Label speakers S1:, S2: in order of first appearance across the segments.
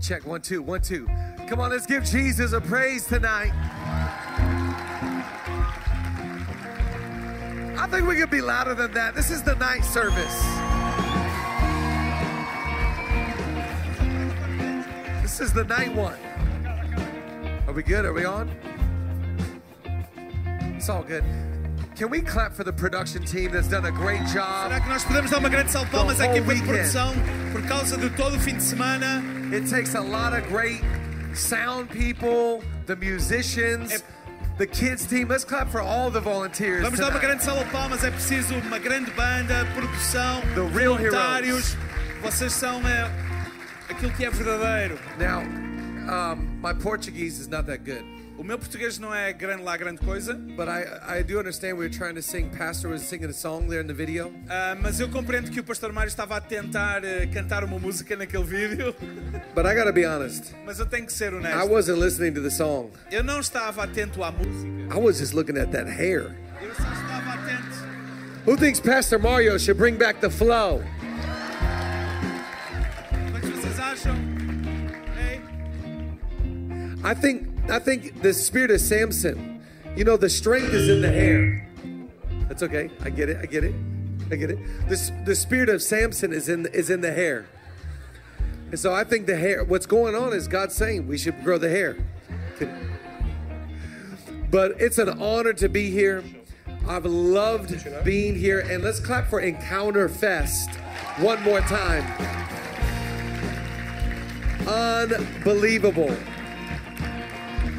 S1: Check one, two, one, two. Come on, let's give Jesus a praise tonight. I think we could be louder than that. This is the night service. This is the night one. Are we good? Are we on? It's all good. Can we clap for the production team that's done a great
S2: Será
S1: job?
S2: que nós podemos dar uma grande salva de palmas à
S1: whole
S2: equipa de
S1: weekend.
S2: produção por causa de todo o fim de semana?
S1: It takes a lot of great sound people, the musicians, the kids team. Let's clap for all the volunteers.
S2: Vamos dar uma
S1: tonight.
S2: grande salva de palmas. É preciso uma grande banda, produção,
S1: The real
S2: voluntários. Vocês são é, aquilo que é verdadeiro.
S1: Now, um, my Portuguese is not that good,
S2: O meu português não é grande lá grande coisa,
S1: but I, I do understand we were trying to sing. Pastor was singing a song there in the video,
S2: ah, mas eu compreendo que o pastor Mário estava a tentar eh, cantar uma música naquele vídeo.
S1: but I gotta be honest.
S2: Mas eu tenho que ser
S1: I
S2: honesto.
S1: wasn't listening to the song.
S2: Eu não estava atento à música.
S1: I was just looking at that hair.
S2: Eu só estava atento.
S1: Who thinks Pastor Mario should bring back the flow?
S2: Mas é vocês acham? Ei,
S1: I think I think the spirit of Samson, you know, the strength is in the hair. That's okay. I get it. I get it. I get it. This the spirit of Samson is in is in the hair. And so I think the hair what's going on is God saying we should grow the hair. But it's an honor to be here. I've loved being here and let's clap for Encounter Fest one more time. Unbelievable.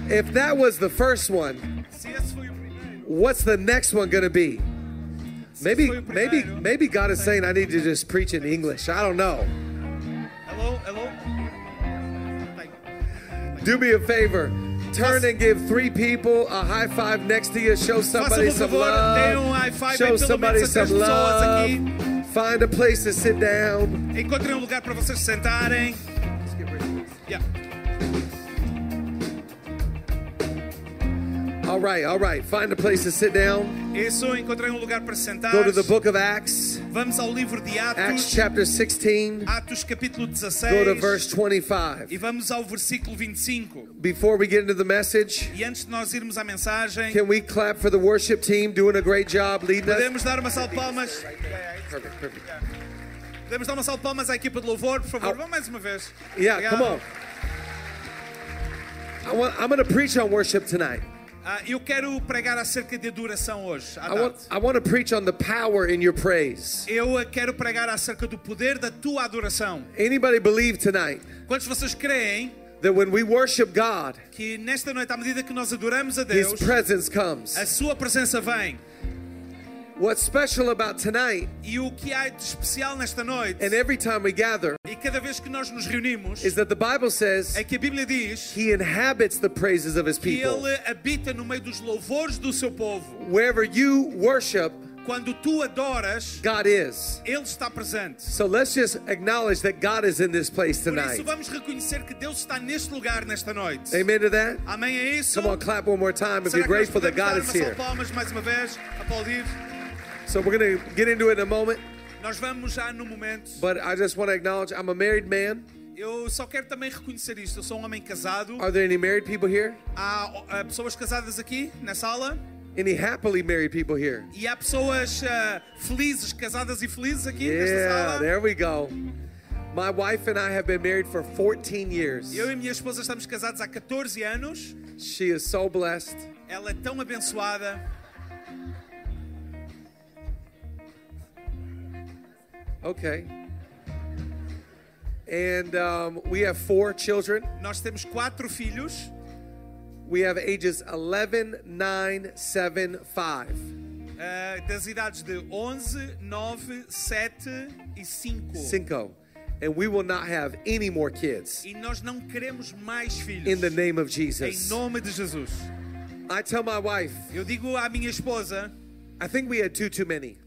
S1: If that was the first one,
S2: se esse foi o primeiro.
S1: what's the next one going to be? Maybe,
S2: Foi o
S1: maybe,
S2: primeiro.
S1: maybe God is saying I need to just preach in English. I don't know.
S2: Hello, hello.
S1: Do me a favor, turn and give three people a high five next to you. Show somebody
S2: um
S1: some
S2: favor, dê um high
S1: love.
S2: five
S1: Show
S2: aí pelo
S1: somebody
S2: menos a três
S1: some
S2: pessoas
S1: love.
S2: aqui.
S1: Find a place to sit down.
S2: Encontrem um lugar para vocês se sentarem. Yeah.
S1: All right, all right. Find a place to sit down.
S2: Isso, encontrei um lugar para se sentar.
S1: Go to the book of Acts,
S2: Vamos ao livro de
S1: Acts
S2: Atos,
S1: chapter 16.
S2: Atos capítulo
S1: Go
S2: 16.
S1: to verse
S2: E
S1: 25.
S2: vamos ao versículo 25.
S1: Before we get into the message,
S2: E antes de nós irmos à mensagem,
S1: Can we clap for the worship team doing a great job leading us?
S2: podemos dar uma salva de palmas.
S1: Perfect, perfect.
S2: Podemos dar uma salva de palmas à equipa de louvor, por favor.
S1: Ao-
S2: Vamos mais uma vez.
S1: Yeah,
S2: Obrigado.
S1: come on. I want, I'm going to preach on worship tonight.
S2: Ah, eu quero pregar acerca de adoração hoje. à
S1: I want,
S2: tarde.
S1: I want to preach on the power in your praise.
S2: Eu quero pregar acerca do poder da tua adoração.
S1: Anybody believe tonight
S2: Quantos de vocês creem
S1: that when we worship God,
S2: que nesta noite, à medida que nós adoramos a
S1: His
S2: Deus,
S1: presence comes?
S2: a sua presença vem?
S1: What's special about tonight
S2: E o que há de especial nesta noite?
S1: and every time we gather
S2: E cada vez que nós nos reunimos,
S1: is that the Bible says
S2: é que a Bíblia diz
S1: He inhabits the praises of His
S2: que
S1: people.
S2: ele habita no meio dos louvores do seu povo.
S1: Wherever you worship,
S2: Quando tu adoras,
S1: God is.
S2: ele está presente.
S1: So let's just acknowledge that God is in this place
S2: Por isso
S1: tonight.
S2: vamos reconhecer que Deus está neste lugar nesta noite.
S1: Amen to that?
S2: Amém a isso?
S1: Come on, clap one more time if
S2: Será
S1: you're
S2: que nós
S1: grateful that
S2: podemos
S1: God
S2: dar
S1: is
S2: uma
S1: here.
S2: salva de palmas mais uma vez, aplaudir.
S1: So we're going to get into it in a moment,
S2: Nós vamos já no momento.
S1: but I just want to acknowledge I'm a married man.
S2: Eu só quero também reconhecer isto. Eu sou um homem casado.
S1: Are there any married people here?
S2: Há ah, pessoas casadas aqui na sala
S1: Any happily married people here?
S2: e há pessoas ah, felizes, casadas e felizes aqui nesta
S1: Yeah,
S2: sala.
S1: there we go. My wife and I have been married for 14 years.
S2: Eu e minha esposa estamos casados há 14 anos.
S1: She is so blessed.
S2: Ela é tão abençoada.
S1: Okay. And um, we have four children.
S2: Nós temos quatro filhos.
S1: We have ages 11, 9, 7, 5.
S2: ah, das idades de 11, 9, 7 e 5.
S1: Cinco. And we will not have any more kids
S2: E nós não queremos mais filhos.
S1: in the name of
S2: Em
S1: Jesus.
S2: nome de Jesus.
S1: I tell my wife,
S2: Eu digo à minha esposa,
S1: I think we had two too many.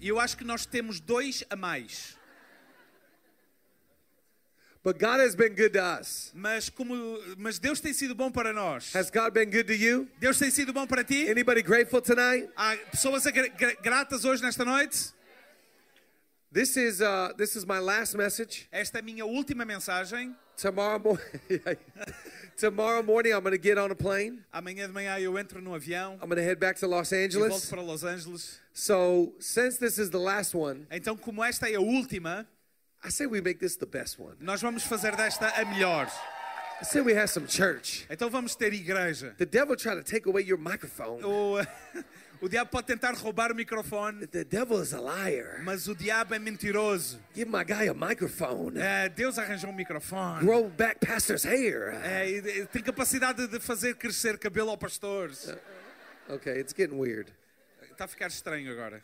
S2: eu acho que nós temos dois a mais.
S1: But God has been good to us.
S2: Mas como mas Deus tem sido bom para nós.
S1: Has God been good to you?
S2: Deus tem sido bom para ti?
S1: Anybody grateful tonight?
S2: Há pessoas agra- gra- gratas hoje nesta noite?
S1: This is uh, this is my last message.
S2: Esta é a minha última mensagem.
S1: Tomorrow morning, tomorrow morning, I'm going to get on a plane.
S2: Amanhã de manhã eu entro no avião
S1: I'm going to head back to Los
S2: e volto
S1: Angeles.
S2: para Los Angeles.
S1: So since this is the last one,
S2: Então, como esta é a última,
S1: I say we make this the best one.
S2: nós vamos fazer desta a melhor.
S1: I say we have some church.
S2: Então vamos ter igreja.
S1: The devil tried to take away your microphone.
S2: O, o diabo pode tentar roubar o microfone,
S1: The devil is a liar.
S2: mas o diabo é mentiroso.
S1: Give my guy a microphone.
S2: É, Deus arranjou um microfone.
S1: Grow back pastor's hair.
S2: É, e- e tem capacidade de fazer crescer cabelo ao pastor.
S1: Okay, it's getting weird.
S2: Está a ficar estranho agora.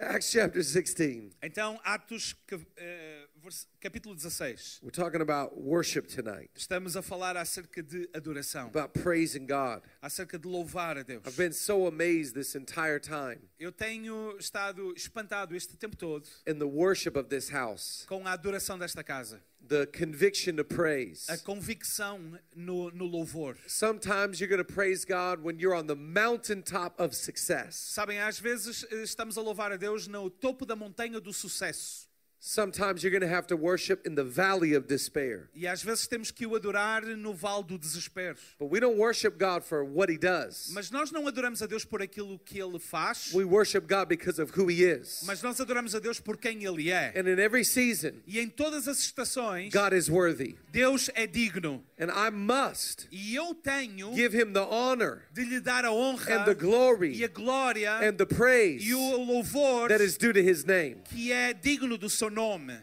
S1: Acts chapter 16.
S2: Então, Atos, ca- eh, vers- capítulo 16.
S1: We're talking about worship tonight,
S2: Estamos a falar acerca de adoração,
S1: about praising God.
S2: acerca de louvar a Deus.
S1: I've been so amazed this entire time
S2: Eu tenho estado espantado este tempo todo
S1: in the worship of this house,
S2: com a adoração desta casa,
S1: the conviction to praise.
S2: a convicção no, no louvor.
S1: Sometimes you're going to praise God when you're on the mountaintop of success.
S2: Sabem, às vezes eh, estamos a louvar a Deus no topo da montanha do sucesso.
S1: Sometimes you're going to have to worship in the valley of despair.
S2: E às vezes temos que o adorar no vale do desespero.
S1: But we don't worship God for what he does.
S2: Mas nós não adoramos a Deus por aquilo que Ele faz,
S1: We worship God because of who he is.
S2: mas nós adoramos a Deus por quem Ele é.
S1: And in every season,
S2: E em todas as estações,
S1: God is worthy.
S2: Deus é digno.
S1: And I must
S2: E eu tenho
S1: give him the honor
S2: de lhe dar a honra
S1: and the
S2: e
S1: glory
S2: a glória
S1: and the praise
S2: e o louvor
S1: that is due to his name.
S2: que é digno do seu nome.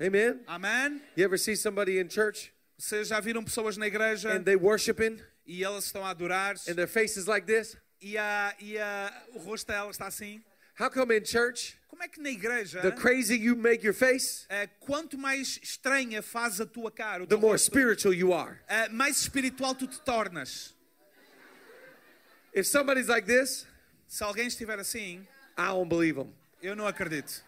S1: Amen.
S2: Amém?
S1: You ever see somebody in church
S2: Vocês já viram pessoas na igreja
S1: and they worshiping
S2: e elas estão a adorar
S1: and their face is like this?
S2: e, a, e a, o rosto dela está assim?
S1: How come in church,
S2: Como é que na igreja,
S1: the crazy you make your face,
S2: eh, quanto mais estranha faz a tua cara, o
S1: the
S2: teu
S1: more
S2: rosto,
S1: spiritual you are?
S2: eh, mais espiritual tu te tornas?
S1: If somebody's like this,
S2: Se alguém estiver assim,
S1: I don't believe them.
S2: eu não acredito.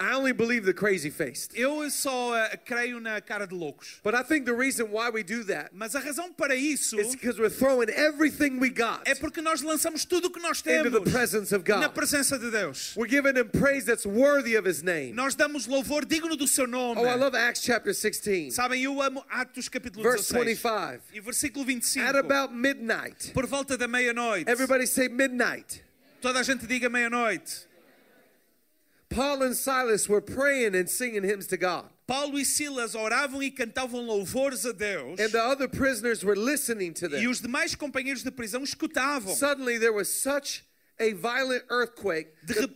S1: I only believe the crazy faced.
S2: Eu só eh, creio na cara de loucos.
S1: But I think the reason why we do that
S2: Mas a razão para isso
S1: is because we're throwing everything we got
S2: é porque nós lançamos tudo o que nós
S1: into
S2: temos
S1: the presence of
S2: na
S1: God.
S2: presença de Deus.
S1: We're giving him praise that's worthy of his name.
S2: Nós damos louvor digno do seu nome.
S1: Oh, I love Acts chapter 16,
S2: Sabem, eu amo Atos capítulo
S1: verse
S2: 16
S1: 25.
S2: e versículo 25.
S1: At about midnight,
S2: Por volta da meia-noite,
S1: everybody say midnight.
S2: toda a gente diga meia-noite.
S1: Paul and Silas were praying and singing hymns to God.
S2: Paulo e Silas oravam e cantavam louvores a Deus
S1: And uh, the other prisoners were listening to
S2: e
S1: them.
S2: os demais companheiros de prisão escutavam.
S1: Suddenly, there was such a violent earthquake.
S2: De, re-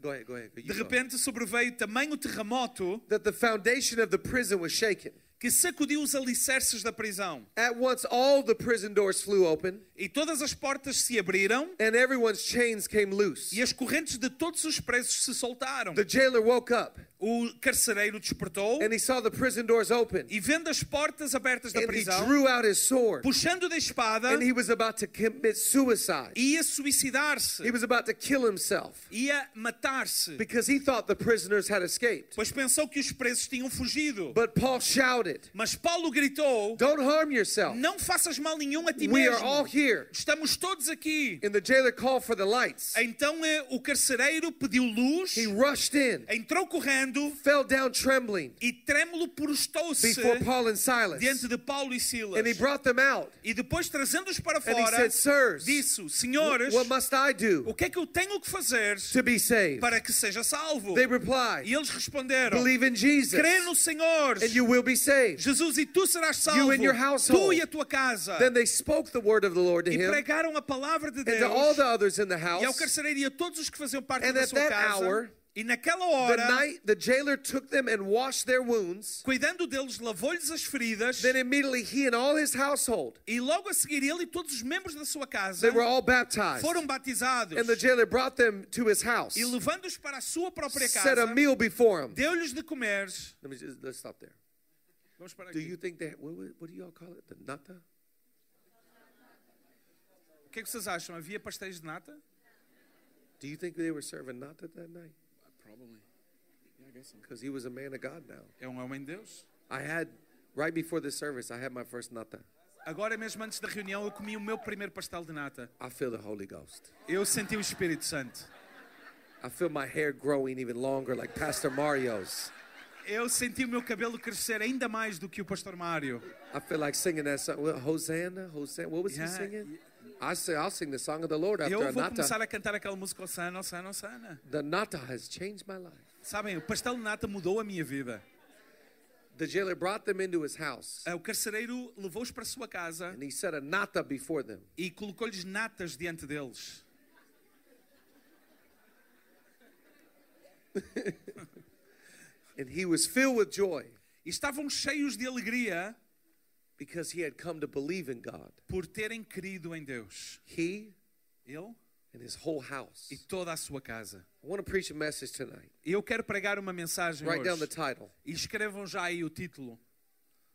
S1: Go ahead, go ahead. you
S2: de
S1: go.
S2: repente sobreveio tamanho terremoto
S1: That the foundation of the prison was shaken.
S2: que sacudiu os alicerces da prisão
S1: At once, all the prison doors flew open,
S2: e todas as portas se abriram
S1: and everyone's chains came loose.
S2: e as correntes de todos os presos se soltaram.
S1: The jailer woke up,
S2: O carcereiro despertou
S1: and he saw the prison doors open,
S2: e vendo as portas abertas da
S1: and he
S2: prisão,
S1: drew out his sword,
S2: puxando da espada,
S1: and he was about to commit suicide.
S2: ia suicidar-se,
S1: He was about to kill himself
S2: ia matar-se,
S1: because he thought the prisoners had escaped.
S2: pois pensou que os presos tinham fugido.
S1: But Paul shouted,
S2: Mas Paulo gritou:
S1: Don't harm yourself.
S2: Não faças mal nenhum a ti
S1: We are
S2: mesmo.
S1: all here.
S2: Estamos todos aqui.
S1: And the jailer called for the lights.
S2: Então eh, o carcereiro pediu luz,
S1: He rushed in,
S2: entrou correndo
S1: fell down trembling
S2: e trêmulo prostou-se
S1: before Paul and Silas.
S2: diante de Paulo e Silas.
S1: And he brought them out.
S2: E depois trazendo-os para
S1: And he
S2: fora,
S1: said, Sirs,
S2: disse: Senhores,
S1: what must I do
S2: o que é que eu tenho que fazer
S1: to be saved?
S2: para que seja salvo?
S1: They
S2: E
S1: replied,
S2: eles responderam:
S1: Believe in Jesus,
S2: crê no Senhor,
S1: and you will be saved.
S2: Jesus, e tu serás salvo,
S1: You and your household.
S2: tu e a tua casa.
S1: Then they spoke the word of the Lord to
S2: E
S1: him
S2: pregaram a palavra de
S1: and to all
S2: Deus
S1: the others in the
S2: e ao
S1: house.
S2: carcereiro e a todos os que faziam parte
S1: And
S2: da
S1: at
S2: sua
S1: that
S2: casa.
S1: hour,
S2: e naquela
S1: The
S2: hora,
S1: night the jailer took them and washed their wounds.
S2: cuidando deles, lavou-lhes as feridas
S1: Then immediately he and all his household,
S2: e logo a seguir ele e todos os membros da sua casa
S1: they were all baptized.
S2: foram batizados.
S1: And the jailer brought them to his house,
S2: E levando-os para a sua própria
S1: set a
S2: casa,
S1: meal before him.
S2: deu-lhes de comer.
S1: Let me just, let's stop there.
S2: Vamos parar
S1: Do
S2: aqui.
S1: you think that, what, what what do y'all call it? The nata?
S2: O que é que vocês acham? Havia pastéis de nata?
S1: Do you think they were serving nata that night? Because he was a man of God now.
S2: É um homem de Deus.
S1: I had, right before the service, I had my first nata.
S2: Agora mesmo antes da reunião eu comi o meu primeiro pastel de nata.
S1: I feel the Holy Ghost.
S2: Eu senti o Espírito Santo.
S1: I feel my hair growing even longer, like Pastor Mario's.
S2: Eu senti o meu cabelo crescer ainda mais do que o Pastor Mário.
S1: I feel like singing that song. Well, Hosanna, Hosanna. What was
S2: Yeah.
S1: he singing? I say I'll sing the song of the Lord after
S2: Eu vou
S1: Anata.
S2: começar a cantar aquela música Osana, Osana, Osana.
S1: The Nata has changed my life.
S2: Sabem, o pastel de nata mudou a minha vida.
S1: The jailer brought them into his house,
S2: Eh, O carcereiro levou-os para a sua casa
S1: and he set a nata before them.
S2: e colocou-lhes natas diante deles.
S1: And he was filled with joy
S2: E estavam cheios de alegria
S1: because he had come to believe in God.
S2: por terem querido em Deus.
S1: He
S2: Ele
S1: and his whole house.
S2: e toda a sua casa.
S1: I want to preach a message tonight.
S2: E eu quero pregar uma mensagem
S1: Write down the
S2: hoje.
S1: title.
S2: E escrevam já aí o título.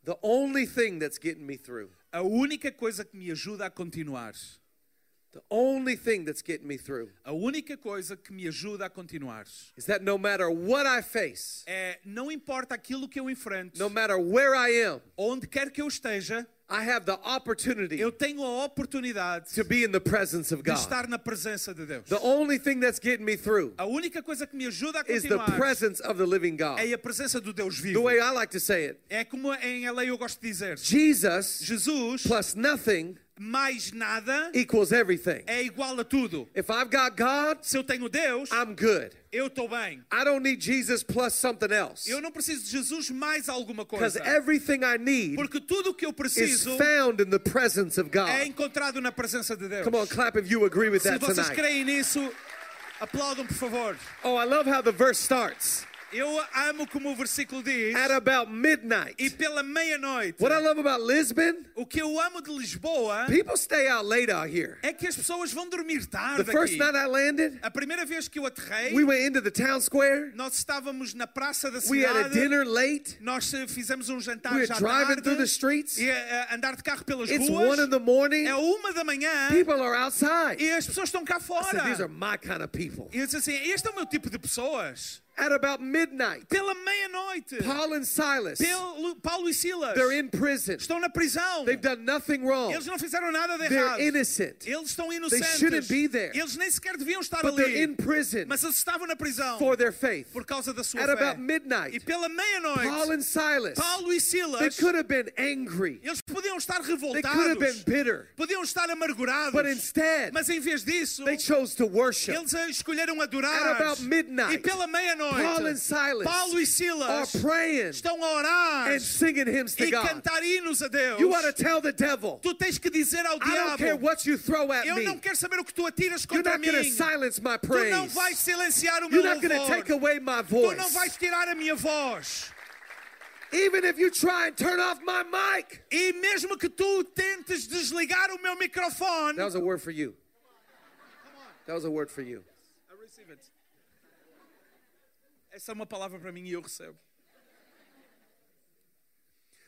S1: The only thing that's getting me through,
S2: A única coisa que me ajuda a continuar.
S1: the only thing that's getting me through
S2: A única coisa que me ajuda a continuar.
S1: is that no matter what I face,
S2: É, não importa aquilo que eu enfrento,
S1: no matter where I am,
S2: onde quer que eu esteja,
S1: I have the opportunity
S2: eu tenho a oportunidade
S1: to be in the presence of
S2: de
S1: God.
S2: estar na presença de Deus.
S1: The only thing that's getting me through
S2: A única coisa que me ajuda a
S1: is the
S2: continuar
S1: presence of the living God.
S2: é a presença do Deus
S1: The
S2: vivo.
S1: way I like to say it,
S2: É como em LA eu gosto de dizer:
S1: Jesus
S2: Jesus
S1: plus nothing
S2: mais nada
S1: equals everything.
S2: é igual a tudo.
S1: If I've got God,
S2: Se eu tenho Deus,
S1: I'm good.
S2: eu estou bem.
S1: I don't need Jesus plus something else
S2: Eu não preciso de Jesus mais alguma
S1: because
S2: coisa.
S1: everything I need
S2: Porque tudo o que eu
S1: is
S2: preciso
S1: found in the presence of
S2: é
S1: God.
S2: encontrado na presença de Deus.
S1: Come on, clap if you agree with
S2: Se
S1: that
S2: vocês
S1: tonight.
S2: creem nisso, aplaudam, por favor.
S1: Oh, I love how the verse starts
S2: Eu amo como o versículo diz.
S1: at about midnight.
S2: E pela meia-noite,
S1: What I love about Lisbon,
S2: o que eu amo de Lisboa
S1: people stay out late out here.
S2: é que as pessoas vão dormir
S1: The
S2: tarde
S1: first
S2: aqui.
S1: night I landed,
S2: A primeira vez que eu aterrei,
S1: we went into the town square.
S2: nós estávamos na praça da
S1: We had a
S2: cidade.
S1: dinner late.
S2: Nós eh, fizemos um jantar
S1: We were
S2: já
S1: driving
S2: tarde.
S1: through the streets.
S2: E eh, andar de carro pelas
S1: It's
S2: ruas.
S1: one in the morning.
S2: É uma da manhã
S1: People are outside.
S2: e as pessoas estão cá
S1: I said, These are
S2: fora.
S1: my kind of people.
S2: E eu disse assim, este é o meu tipo de pessoas.
S1: At about midnight,
S2: Pela meia-noite,
S1: Paul and Silas,
S2: pelo- Paulo e Silas
S1: they're in prison.
S2: estão na prisão.
S1: They've done nothing wrong.
S2: Eles não fizeram nada de
S1: They're
S2: errado.
S1: innocent,
S2: Eles estão
S1: shouldn't
S2: inocentes.
S1: be there.
S2: Eles nem sequer deviam estar
S1: but they're in
S2: ali.
S1: prison
S2: Mas eles estavam na prisão
S1: for their faith.
S2: por causa da sua
S1: At
S2: fé.
S1: about
S2: E
S1: midnight, Paul
S2: pela meia-noite,
S1: and Silas,
S2: Paulo e
S1: they
S2: Silas,
S1: could have been angry.
S2: eles podiam
S1: They
S2: estar
S1: could have been
S2: revoltados,
S1: bitter.
S2: podiam estar
S1: But
S2: amargurados,
S1: instead,
S2: mas em vez disso,
S1: they chose to worship.
S2: eles escolheram adorar.
S1: At about midnight,
S2: E pela
S1: Paul and
S2: meia-noite,
S1: Silas
S2: Paulo e
S1: are
S2: Silas
S1: praying
S2: estão a orar
S1: and singing hymns to
S2: e
S1: God.
S2: cantar hinos a Deus.
S1: You ought to tell the devil,
S2: Tu tens que dizer ao
S1: I don't care
S2: diabo:
S1: what you throw at
S2: Eu não
S1: me.
S2: quero saber o que tu atiras
S1: You're
S2: contra
S1: not
S2: mim.
S1: going to silence my
S2: Tu não
S1: praise.
S2: vais silenciar o meu
S1: You're not going to
S2: louvor.
S1: take away my
S2: Tu não vais
S1: voice.
S2: tirar a minha voz.
S1: Even if you try and turn off my mic.
S2: E mesmo que tu tentes desligar o meu microfone.
S1: That was a word for you. That was a word for you.
S2: I receive it. Essa é uma palavra para mim e eu recebo.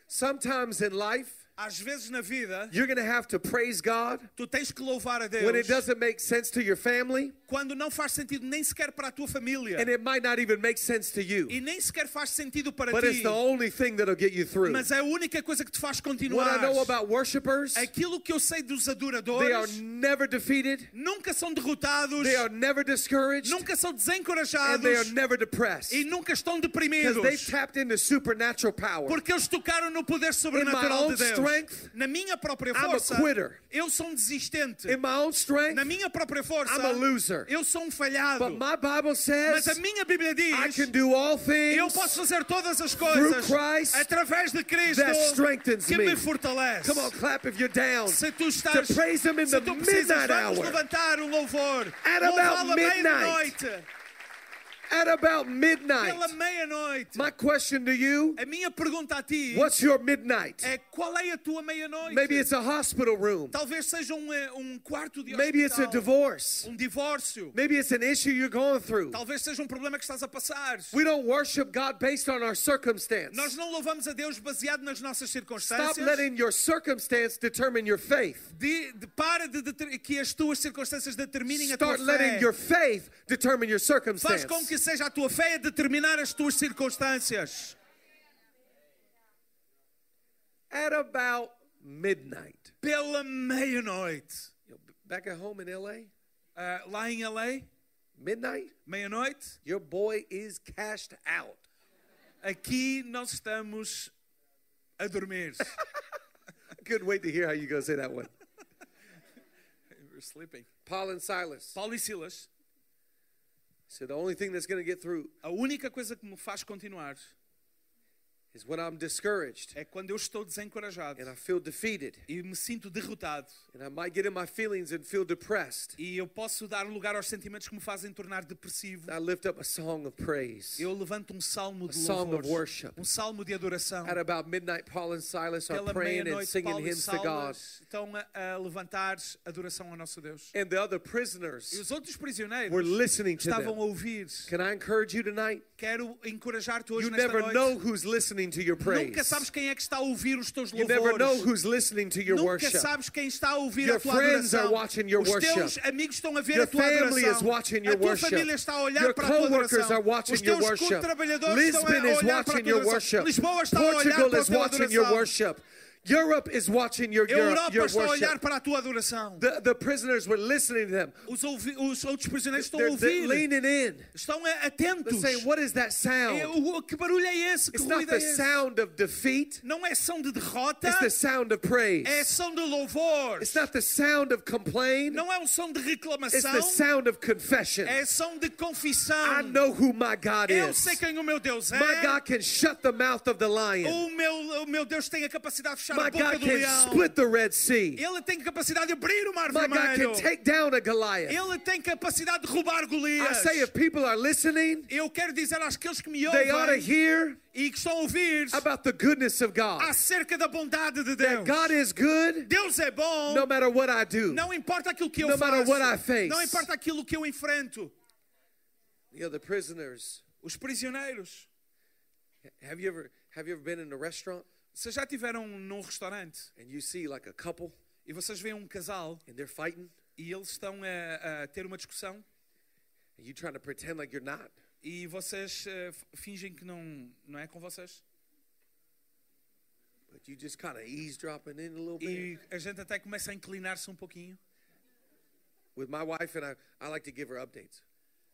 S1: Sometimes in life,
S2: Às vezes na vida,
S1: you're going to have to praise God
S2: tu tens que louvar a Deus
S1: when it doesn't make sense to your family
S2: quando não faz sentido nem sequer para a tua família
S1: and it might not even make sense to
S2: e
S1: you.
S2: nem sequer faz sentido para
S1: But
S2: ti.
S1: it's the only thing that'll get you through.
S2: Mas é a única coisa que te faz
S1: What
S2: continuar.
S1: I know about worshipers,
S2: Aquilo que eu sei dos
S1: they are
S2: adoradores,
S1: never defeated,
S2: nunca são derrotados,
S1: they are never discouraged,
S2: nunca são
S1: and they are
S2: desencorajados
S1: never depressed.
S2: e nunca estão
S1: Because they've
S2: deprimidos.
S1: tapped into supernatural power.
S2: Porque eles tocaram no poder sobrenatural
S1: own
S2: de
S1: strength,
S2: Deus. Na minha própria
S1: I'm a
S2: força,
S1: quitter.
S2: eu sou um desistente.
S1: In my own strength,
S2: Na minha própria força,
S1: I'm a loser.
S2: eu sou um falhado.
S1: but my Bible
S2: Mas a
S1: says
S2: minha Bíblia
S1: I can
S2: diz:
S1: do all
S2: eu
S1: things.
S2: posso fazer todas as coisas
S1: Christ
S2: através de Cristo
S1: that strengthens
S2: que
S1: me.
S2: me fortalece.
S1: Come on, clap if you're down.
S2: se tu estás,
S1: To praise him in
S2: se
S1: the
S2: tu precisas,
S1: midnight
S2: vamos
S1: hour.
S2: levantar um louvor.
S1: At
S2: Louvá-lo à
S1: about midnight.
S2: meia-noite.
S1: At about midnight,
S2: Pela meia-noite.
S1: my question to you
S2: A minha pergunta a ti
S1: what's your midnight?
S2: é qual é a tua meia-noite?
S1: Maybe it's a hospital room,
S2: Talvez seja um, eh, um quarto de
S1: maybe it's a
S2: hospital,
S1: divorce,
S2: um divórcio.
S1: maybe it's an issue you're going through.
S2: Talvez seja um problema que estás a passar.
S1: We don't worship God based on our
S2: Nós
S1: circumstance.
S2: não louvamos a Deus baseado nas nossas circunstâncias.
S1: Stop letting your circumstance determine your faith.
S2: De- de- para de, deter- que as tuas circunstâncias determinem a tua
S1: Start letting
S2: fé.
S1: your faith determine your
S2: Faz
S1: circumstance.
S2: com que seja a tua fé a determinar as tuas circunstâncias.
S1: At about midnight,
S2: Pela meia-noite.
S1: You know, back at home in LA,
S2: Ah, lá em LA,
S1: midnight,
S2: meia-noite,
S1: your boy is cashed out.
S2: aqui nós estamos a dormir.
S1: I couldn't wait to hear how you go say that one.
S2: We're sleeping.
S1: Paul and Silas.
S2: Paulo e Silas,
S1: So the only thing that's going to get through
S2: a única coisa que me faz continuar
S1: is when I'm discouraged
S2: é quando eu estou desencorajado
S1: and I feel defeated
S2: e me sinto derrotado
S1: and I might get in my feelings and feel depressed.
S2: e eu posso dar lugar aos sentimentos que me fazem tornar depressivo.
S1: I lift up a song of praise.
S2: Eu levanto um salmo de
S1: A song
S2: louvor,
S1: of worship.
S2: um salmo de adoração.
S1: At about midnight, Paul and Silas are
S2: Pela
S1: praying and
S2: meia-noite,
S1: singing
S2: Paulo e
S1: hymns to God.
S2: Silas estão a, a levantar adoração ao nosso Deus.
S1: And the other
S2: E
S1: prisoners
S2: os outros
S1: were
S2: prisioneiros
S1: listening to
S2: estavam
S1: them.
S2: a ouvir.
S1: Can I encourage you tonight?
S2: Quero encorajar-te hoje
S1: You
S2: nesta
S1: never
S2: noite.
S1: know who's listening to your
S2: Nunca sabes
S1: praise.
S2: quem é que está a ouvir os teus
S1: You never know
S2: louvores.
S1: who's listening to your
S2: Nunca
S1: worship.
S2: sabes quem está a ouvir
S1: Your
S2: a tua
S1: friends
S2: adoração.
S1: are watching your
S2: os teus
S1: worship.
S2: amigos estão a ver
S1: Your
S2: a tua
S1: family
S2: adoração.
S1: is watching your
S2: a tua
S1: worship.
S2: família está a olhar
S1: Your
S2: para a tua
S1: coworkers
S2: adoração.
S1: are watching
S2: os teus
S1: your worship.
S2: co-trabalhadores
S1: Lisbon
S2: estão a
S1: is
S2: olhar para a
S1: watching
S2: tua
S1: your worship.
S2: adoração. Lisboa está a olhar
S1: Portugal
S2: para a
S1: is
S2: tua
S1: watching your
S2: adoração.
S1: worship. Europe is watching your,
S2: A
S1: your,
S2: Europa
S1: your
S2: está a olhar
S1: worship.
S2: para a tua adoração.
S1: The, the prisoners were listening to them.
S2: Os, ouvi- os outros prisioneiros estão a
S1: They're, they're
S2: ouvir.
S1: leaning in.
S2: Estão a-
S1: They're
S2: atentos.
S1: saying, what is that
S2: É,
S1: sound?
S2: o, o- que barulho é esse? Que
S1: It's not
S2: ruído é
S1: the
S2: esse?
S1: sound of defeat.
S2: Não é som de derrota.
S1: It's the sound of praise.
S2: É som de louvor.
S1: It's not the sound of complaint.
S2: Não é um som de
S1: It's the
S2: reclamação.
S1: sound of confession.
S2: É som de
S1: I
S2: confissão.
S1: know who my God
S2: Eu
S1: is.
S2: sei quem o meu Deus é.
S1: My God can shut the mouth of the lion.
S2: O meu, o meu Deus tem a capacidade de fechar
S1: My
S2: a boca
S1: God
S2: do
S1: can
S2: leão.
S1: split the Red Sea.
S2: Ele tem capacidade de abrir o mar
S1: My God
S2: vermelho.
S1: can take down a Goliath.
S2: Ele tem capacidade de roubar
S1: I
S2: Golias.
S1: say, if people are listening,
S2: Eu quero dizer àqueles que me
S1: they
S2: ouvem
S1: ought to hear
S2: e que estão a ouvir
S1: about the goodness of God.
S2: acerca da bondade de
S1: That
S2: Deus.
S1: God is good
S2: Deus é bom.
S1: no matter what I do.
S2: Não importa aquilo que eu
S1: No matter
S2: faço.
S1: what I face.
S2: Não importa aquilo que eu enfrento.
S1: The other prisoners.
S2: Os prisioneiros.
S1: Have you ever have you ever been in a restaurant
S2: Se já tiveram num restaurante
S1: and you see like a couple
S2: e vocês veem um casal
S1: and they're fighting
S2: e eles estão a, a ter uma discussão
S1: and you trying to pretend like you're not?
S2: e vocês eh, f- fingem que não, não é com vocês
S1: But you just kind of eavesdropping in a little bit.
S2: e a gente até começa a inclinar-se um pouquinho.
S1: With my wife and I, I like to give her updates.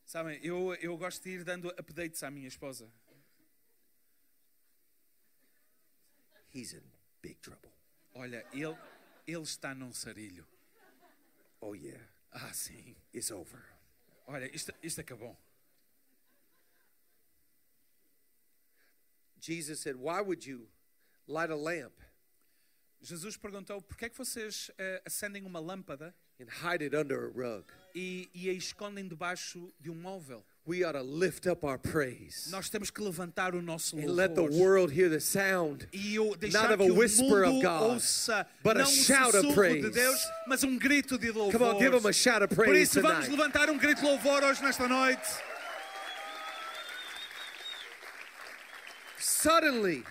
S2: Sabem, eu, eu gosto de ir dando updates à minha esposa.
S1: He's in big trouble.
S2: Olha, ele, ele está num sarilho.
S1: Oh yeah,
S2: Ah, sim.
S1: it's over.
S2: Olha, isto, isto acabou.
S1: Jesus said, "Why would you light a lamp
S2: Jesus perguntou, porquê é que vocês eh, acendem uma lâmpada
S1: and hide it under a rug?
S2: e, e a escondem debaixo de um móvel?
S1: We ought to lift up our praise
S2: Nós temos que levantar o nosso
S1: and let the
S2: louvor.
S1: world hear the sound
S2: E eu
S1: not
S2: deixar
S1: of
S2: que
S1: a
S2: o
S1: whisper of
S2: mundo
S1: God,
S2: ouça
S1: but a
S2: não um
S1: shout of
S2: sussurro de
S1: praise.
S2: Deus, mas um grito de louvor.
S1: Come on, give him a shout of
S2: Por
S1: praise
S2: isso vamos
S1: tonight.
S2: levantar um grito de louvor hoje nesta noite.
S1: Suddenly,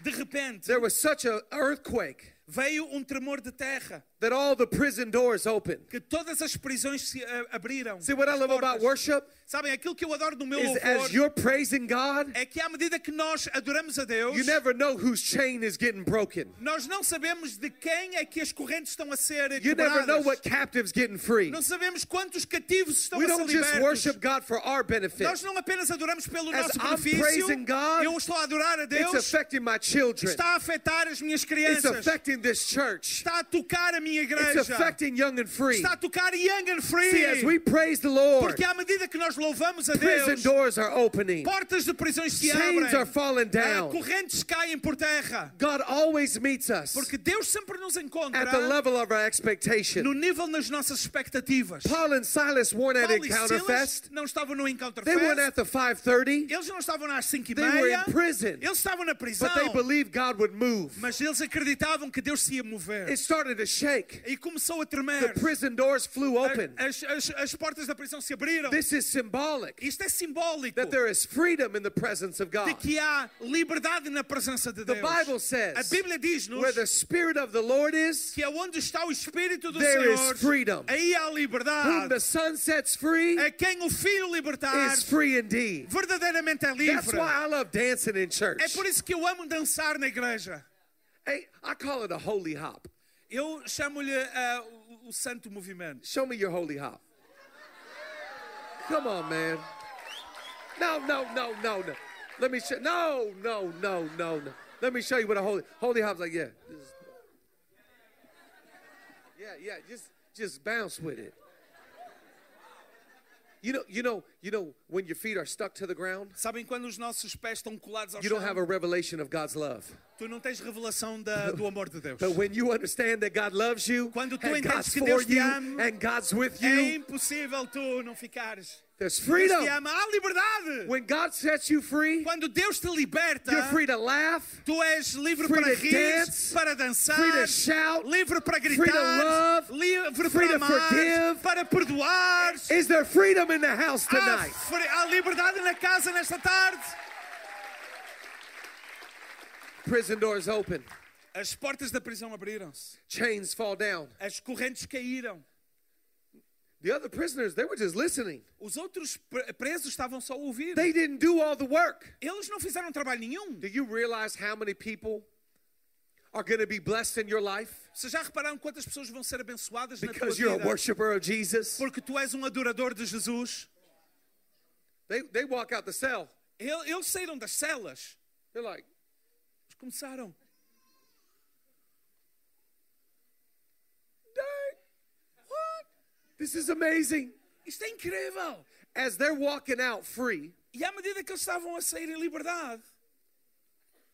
S2: De repente,
S1: there was such an earthquake
S2: veio um tremor de terra
S1: that all the prison doors opened.
S2: que todas as prisões se ah, abriram.
S1: See what I
S2: As
S1: love about
S2: portas.
S1: worship
S2: Sabem, aquilo que eu adoro no meu
S1: is as
S2: louvor
S1: you're praising God,
S2: é que à medida que nós adoramos a Deus,
S1: you never know whose chain is getting broken.
S2: nós não sabemos de quem é que as correntes estão a ser
S1: You never
S2: quebradas.
S1: know what captive's getting free.
S2: Não sabemos quantos cativos estão
S1: We
S2: a ser
S1: don't just
S2: libertos.
S1: worship God for our benefit.
S2: Nós não apenas adoramos pelo
S1: As
S2: nosso
S1: I'm
S2: benefício.
S1: praising God,
S2: eu estou a adorar a
S1: It's
S2: Deus.
S1: affecting my children.
S2: Está a afetar as minhas
S1: It's
S2: crianças.
S1: affecting this church.
S2: Está a tocar a minha
S1: It's
S2: igreja.
S1: affecting young and free.
S2: Está a tocar Young and Free.
S1: See, as we praise the Lord,
S2: Porque à medida que nós louvamos a
S1: prison
S2: Deus,
S1: doors are opening,
S2: portas de prisões se
S1: chains
S2: abrem.
S1: are falling
S2: Ah,
S1: down.
S2: Correntes caem por terra.
S1: God always meets us
S2: Porque Deus sempre nos
S1: at the
S2: encontra
S1: level of our
S2: no
S1: expectation.
S2: nível nas nossas expectativas.
S1: Paul and Silas weren't at
S2: Paulo e
S1: Encounter
S2: Silas
S1: Fest.
S2: não estavam no Encounter
S1: They weren't
S2: Fest.
S1: at the 5:30,
S2: Eles não estavam às 5 e
S1: They were
S2: meia.
S1: in prison.
S2: Eles estavam na prisão.
S1: but they believed God would move.
S2: Mas eles acreditavam que Deus se ia mover.
S1: It started to shake.
S2: E começou a
S1: The
S2: tremer.
S1: prison doors flew open.
S2: As, as, as portas da prisão se abriram.
S1: This is symbolic
S2: Isto é simbólico
S1: that there is freedom in the presence of
S2: de
S1: God.
S2: que há liberdade na presença de
S1: The
S2: Deus.
S1: Bible
S2: a
S1: says
S2: Bíblia
S1: where
S2: diz-nos
S1: the Spirit of the Lord is,
S2: que é onde está o Espírito do
S1: There is
S2: Senhor,
S1: freedom.
S2: aí há
S1: whom
S2: liberdade.
S1: the Son sets free
S2: A quem o Filho libertar,
S1: is free indeed.
S2: verdadeiramente é
S1: That's
S2: livre.
S1: why I love dancing in church.
S2: É por isso que eu amo dançar na igreja.
S1: Hey, I call it a holy hop.
S2: Eu eh, chamo-lhe ah, o, o santo movimento.
S1: Show me your holy hop. Come on, man. No, no, no, no, no. Let me show. No, no, no, no, no. Let me show you what a holy holy hop's like. Yeah, this is- yeah, yeah. Just just bounce with it. You know, you know, you know. When your feet are stuck to the ground,
S2: Sabem quando os nossos pés estão colados ao
S1: you don't have
S2: chão?
S1: a revelation of God's love.
S2: Tu não tens revelação da- do amor de Deus.
S1: But when you understand that God loves you,
S2: Quando tu
S1: and
S2: entendes
S1: God's
S2: que
S1: for
S2: Deus te
S1: you,
S2: ama,
S1: and God's with
S2: É
S1: you,
S2: impossível tu não ficares.
S1: there's
S2: Deus te
S1: freedom.
S2: ama. Há liberdade.
S1: When God sets you free,
S2: Quando Deus te liberta,
S1: you're free to laugh,
S2: tu és livre
S1: free
S2: para
S1: to
S2: rir,
S1: dance,
S2: para dançar,
S1: free to shout,
S2: livre para
S1: to
S2: gritar,
S1: love,
S2: livre
S1: free
S2: para
S1: to
S2: amar,
S1: forgive.
S2: para perdoar.
S1: Is there freedom in the house
S2: Há,
S1: tonight?
S2: fre- há liberdade na casa nesta tarde.
S1: Prison doors open,
S2: As portas da prisão abriram-se.
S1: chains fall down.
S2: As correntes caíram.
S1: The other prisoners, they were just listening.
S2: Os outros pre- presos estavam só a ouvir.
S1: They didn't do all the work.
S2: Eles não fizeram trabalho nenhum.
S1: Do you realize how many people are going to be blessed in your life
S2: Vocês já repararam quantas pessoas vão ser abençoadas na tua
S1: because you're a
S2: vida?
S1: worshiper of Jesus?
S2: Porque tu és um adorador de Jesus.
S1: They, they walk out the cell.
S2: Ele- Eles saíram das celas.
S1: They're like,
S2: Eles começaram.
S1: dang, what? This is amazing.
S2: Isto é incrível.
S1: As they're walking out free,
S2: E à medida que eles estavam a sair em liberdade,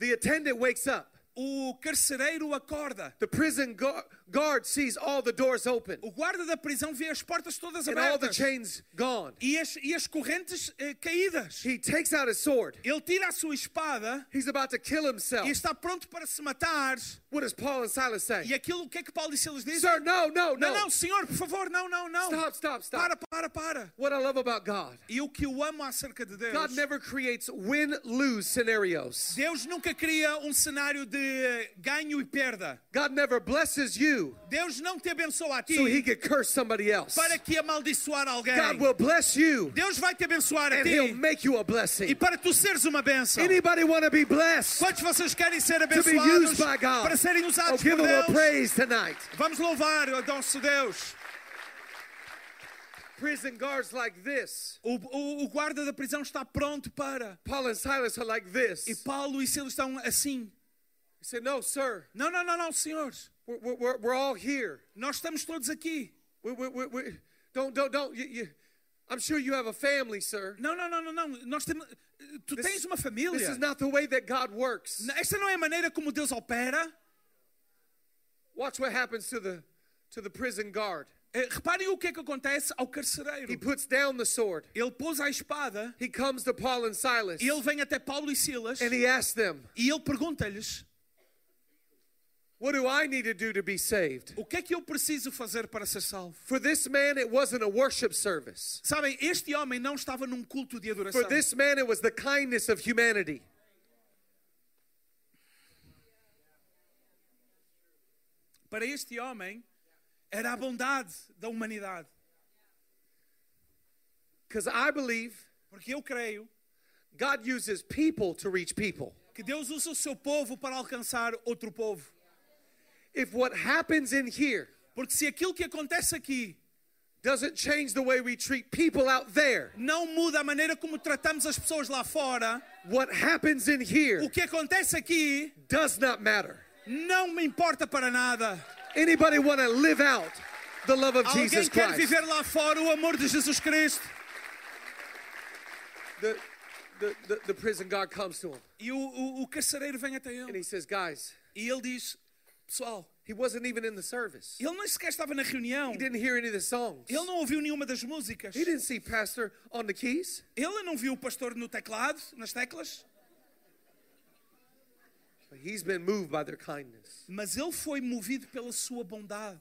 S1: the attendant wakes up.
S2: o carcereiro acorda.
S1: The prison gu- guard sees all the doors open
S2: O guarda da prisão vê as portas todas
S1: and all the
S2: abertas
S1: chains gone.
S2: e as, e as correntes eh, caídas.
S1: He takes out his sword.
S2: Ele tira a sua espada
S1: He's about to kill himself.
S2: e está pronto para se matar.
S1: What does Paul and Silas
S2: E
S1: say?
S2: aquilo, o que é que Paulo e Silas dizem?
S1: Sir, no, no,
S2: Não,
S1: no.
S2: não, senhor, por favor, não, não, não.
S1: Stop, stop,
S2: Para,
S1: stop.
S2: para, para.
S1: What I love about God,
S2: E o que eu amo acerca de Deus,
S1: God never creates win lose scenarios.
S2: Deus nunca cria um cenário de eh, ganho e perda.
S1: God never blesses you
S2: Deus não te abençoa a ti
S1: so he could curse somebody else.
S2: para que amaldiçoar alguém.
S1: God will bless you
S2: Deus vai te abençoar a
S1: and he'll
S2: ti
S1: make you a
S2: e
S1: blessing.
S2: para tu seres uma bênção.
S1: Anybody want to be blessed?
S2: Quantos de vocês querem ser
S1: To be used
S2: abençoados
S1: by God.
S2: para serem
S1: Oh,
S2: usados por
S1: give him a
S2: Deus?
S1: praise tonight.
S2: Vamos louvar o nosso Deus.
S1: Prison guards like this.
S2: O, o- o guarda da prisão está pronto para.
S1: Paul and Silas are like this.
S2: E Paulo e Silas estão assim.
S1: He said, No, sir,
S2: Não, não, não, não, senhores.
S1: we're, we're- we're, we're all here.
S2: Nós estamos todos aqui.
S1: We, we, we, we, don't, don't, don't. You, you, I'm sure you have a family, sir.
S2: Não, não, não, não, não. Nós temos. Tu tens uma família.
S1: This is not the way that God works.
S2: Esta não é a maneira como Deus opera.
S1: Watch what happens to the, to the prison guard.
S2: Eh, Reparem o que é que acontece ao carcereiro.
S1: He puts down the sword.
S2: Ele pôs a espada.
S1: He comes to Paul and Silas
S2: E ele vem até Paulo e Silas.
S1: and he asks them,
S2: E ele pergunta-lhes:
S1: What do I need to do to be saved?
S2: O que é que eu preciso fazer para ser salvo?
S1: For this man, it wasn't a worship service.
S2: Sabem, este homem não estava num culto de adoração.
S1: For this man, it was the kindness of humanity.
S2: Para este homem era a bondade da humanidade.
S1: Because I believe
S2: Porque eu creio
S1: God uses people to reach people.
S2: que Deus usa o seu povo para alcançar outro povo.
S1: If what happens in here
S2: Porque se aquilo que acontece aqui
S1: doesn't change the way we treat people out there,
S2: não muda a maneira como tratamos as pessoas lá fora,
S1: what happens in here
S2: o que acontece aqui
S1: does not matter.
S2: não me importa para nada.
S1: Anybody want to live out the love of
S2: Alguém
S1: Jesus
S2: quer
S1: Christ?
S2: viver lá fora o amor de Jesus Cristo?
S1: The, the, the, the prison guard comes to him
S2: E o, o, o carcereiro vem até
S1: and
S2: ele
S1: he says, Guys,
S2: e ele diz: Pessoal,
S1: he wasn't even in the service.
S2: ele nem sequer estava na reunião,
S1: He didn't hear any of the songs.
S2: ele não ouviu nenhuma das músicas,
S1: He didn't see Pastor on the keys.
S2: ele não viu o pastor no teclado, nas teclas,
S1: But he's been moved by their kindness.
S2: mas ele foi movido pela sua bondade.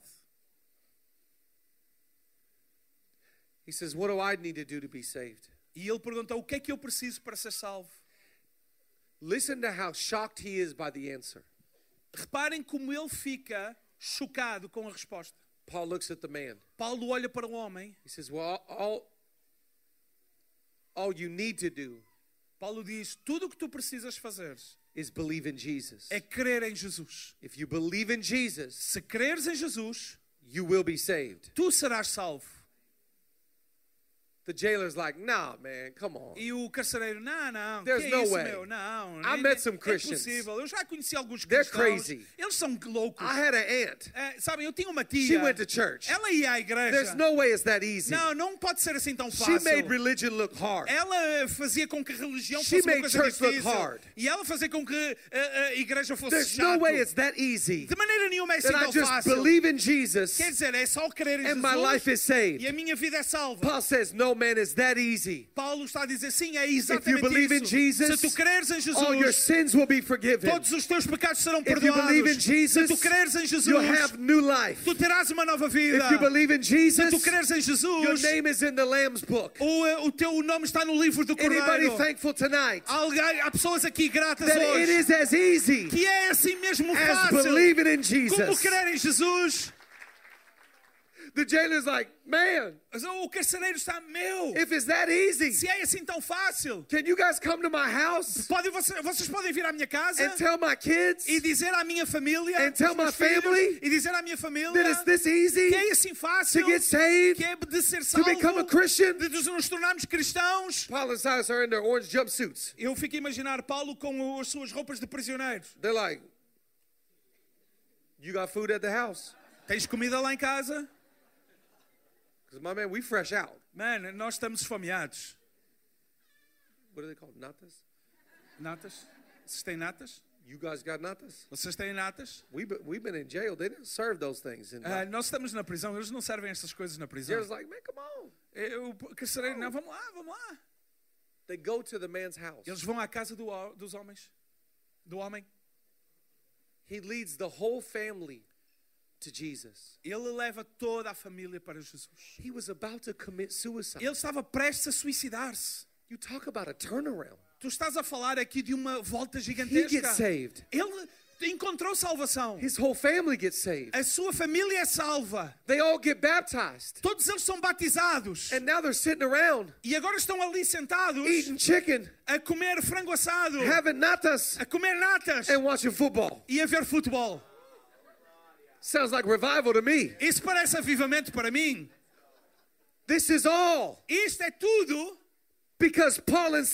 S1: He says, What do I need to do to be saved?
S2: E ele perguntou: O que é que eu preciso para ser salvo?
S1: Listen to how shocked he is by the answer.
S2: Reparem como ele fica chocado com a resposta.
S1: Paul looks at the man.
S2: Paulo olha para o homem.
S1: He says, Well, all, all you need to do
S2: Paulo diz: Tudo o que tu precisas fazer
S1: is believe in Jesus.
S2: é crer em Jesus.
S1: If you believe in Jesus,
S2: Se creres em Jesus,
S1: you will be saved.
S2: tu serás salvo.
S1: The jailer's like, nah, man, come on.
S2: E o carcereiro, não, não,
S1: There's
S2: que é
S1: no
S2: isso,
S1: way.
S2: meu, não.
S1: I
S2: é-
S1: met some
S2: é
S1: Christians.
S2: possível. Eu já conheci alguns
S1: They're
S2: cristãos.
S1: crazy.
S2: Eles são loucos.
S1: I had an aunt.
S2: É, sabem, eu tinha uma
S1: She
S2: tia.
S1: went to church.
S2: Ela ia à
S1: There's
S2: igreja.
S1: no way it's that easy.
S2: Não, não pode ser assim tão
S1: She
S2: fácil.
S1: made religion look hard.
S2: Ela fazia com que a religião
S1: She
S2: fosse uma
S1: made
S2: coisa
S1: church look
S2: difícil.
S1: hard.
S2: E ela fazia com que eh, a, a igreja fosse
S1: There's no
S2: chato.
S1: way it's that easy.
S2: De maneira nenhuma é assim
S1: That I
S2: tão
S1: just
S2: fácil.
S1: believe in Jesus
S2: Quer dizer, é só crer em
S1: and
S2: Jesus
S1: my life is
S2: e
S1: saved.
S2: a minha vida é salva.
S1: Paul says, no man, it's that easy.
S2: Paulo está a dizer, sim, é exatamente
S1: believe
S2: isso.
S1: in Jesus,
S2: Se tu creres em
S1: All your
S2: Jesus,
S1: sins will be forgiven.
S2: todos os teus pecados serão
S1: If you
S2: perdoados.
S1: believe in
S2: Se tu
S1: Jesus,
S2: creres em
S1: you'll
S2: Jesus,
S1: have new life.
S2: tu terás uma nova vida.
S1: If you believe in
S2: Se
S1: Jesus,
S2: tu creres em
S1: your
S2: Jesus,
S1: name is in the Lamb's book.
S2: o, eh, o teu nome está no livro do
S1: Anybody
S2: Cordeiro.
S1: thankful tonight
S2: Há Alguém, há pessoas aqui gratas
S1: that it
S2: hoje.
S1: is as easy
S2: Que é assim mesmo
S1: as
S2: fácil.
S1: believing in
S2: Como
S1: Jesus?
S2: crer em Jesus.
S1: The jailer's like, man,
S2: Mas O carcereiro está meu.
S1: if it's that easy,
S2: Se é assim tão fácil.
S1: can you guys come to my house
S2: Podem, vocês, vocês podem vir à minha casa
S1: and tell my kids
S2: e dizer à minha família
S1: And tell
S2: aos
S1: my
S2: meus
S1: family
S2: filhos, e dizer à minha família
S1: that it's this easy
S2: que é assim
S1: to
S2: fácil
S1: get saved,
S2: que é de ser
S1: to
S2: salvo
S1: become a Christian?
S2: de nos- nos tornarmos cristãos
S1: Paul and Silas are in their orange jumpsuits.
S2: eu fico a imaginar Paulo com as suas roupas de prisioneiro
S1: They're like, you got food at the house?
S2: tens comida lá em casa?
S1: Because my man, we fresh out.
S2: mano, nós estamos esfomeados
S1: What are they called? Natas?
S2: natas? vocês têm natas?
S1: You guys got natas?
S2: vocês têm natas?
S1: We've been, we've been in jail. They didn't serve those things. In
S2: Ah, nós estamos na prisão eles não servem estas coisas na prisão
S1: Jair's like, man, come on.
S2: Eu- o carcereiro, não, vamos lá, vamos lá
S1: They go to the man's house.
S2: eles vão à casa do ho- dos homens do homem
S1: He leads the whole family to Jesus.
S2: ele leva toda a família para Jesus
S1: He was about to commit suicide.
S2: Ele estava prestes a suicidar-se.
S1: You talk about a turnaround.
S2: Tu estás a falar aqui de uma volta
S1: He gets
S2: gigantesca.
S1: saved.
S2: Ele encontrou salvação.
S1: His whole family gets saved.
S2: A sua família é salva.
S1: They all get baptized.
S2: Todos eles são batizados.
S1: And now they're sitting around
S2: É, E agora estão ali sentados
S1: eating chicken,
S2: a comer frango assado,
S1: having natas,
S2: a comer natas
S1: and watching football.
S2: e a ver futebol.
S1: Sounds like revival to me.
S2: Isso parece avivamento para mim.
S1: This is all
S2: Isto é tudo
S1: because Paul and
S2: porque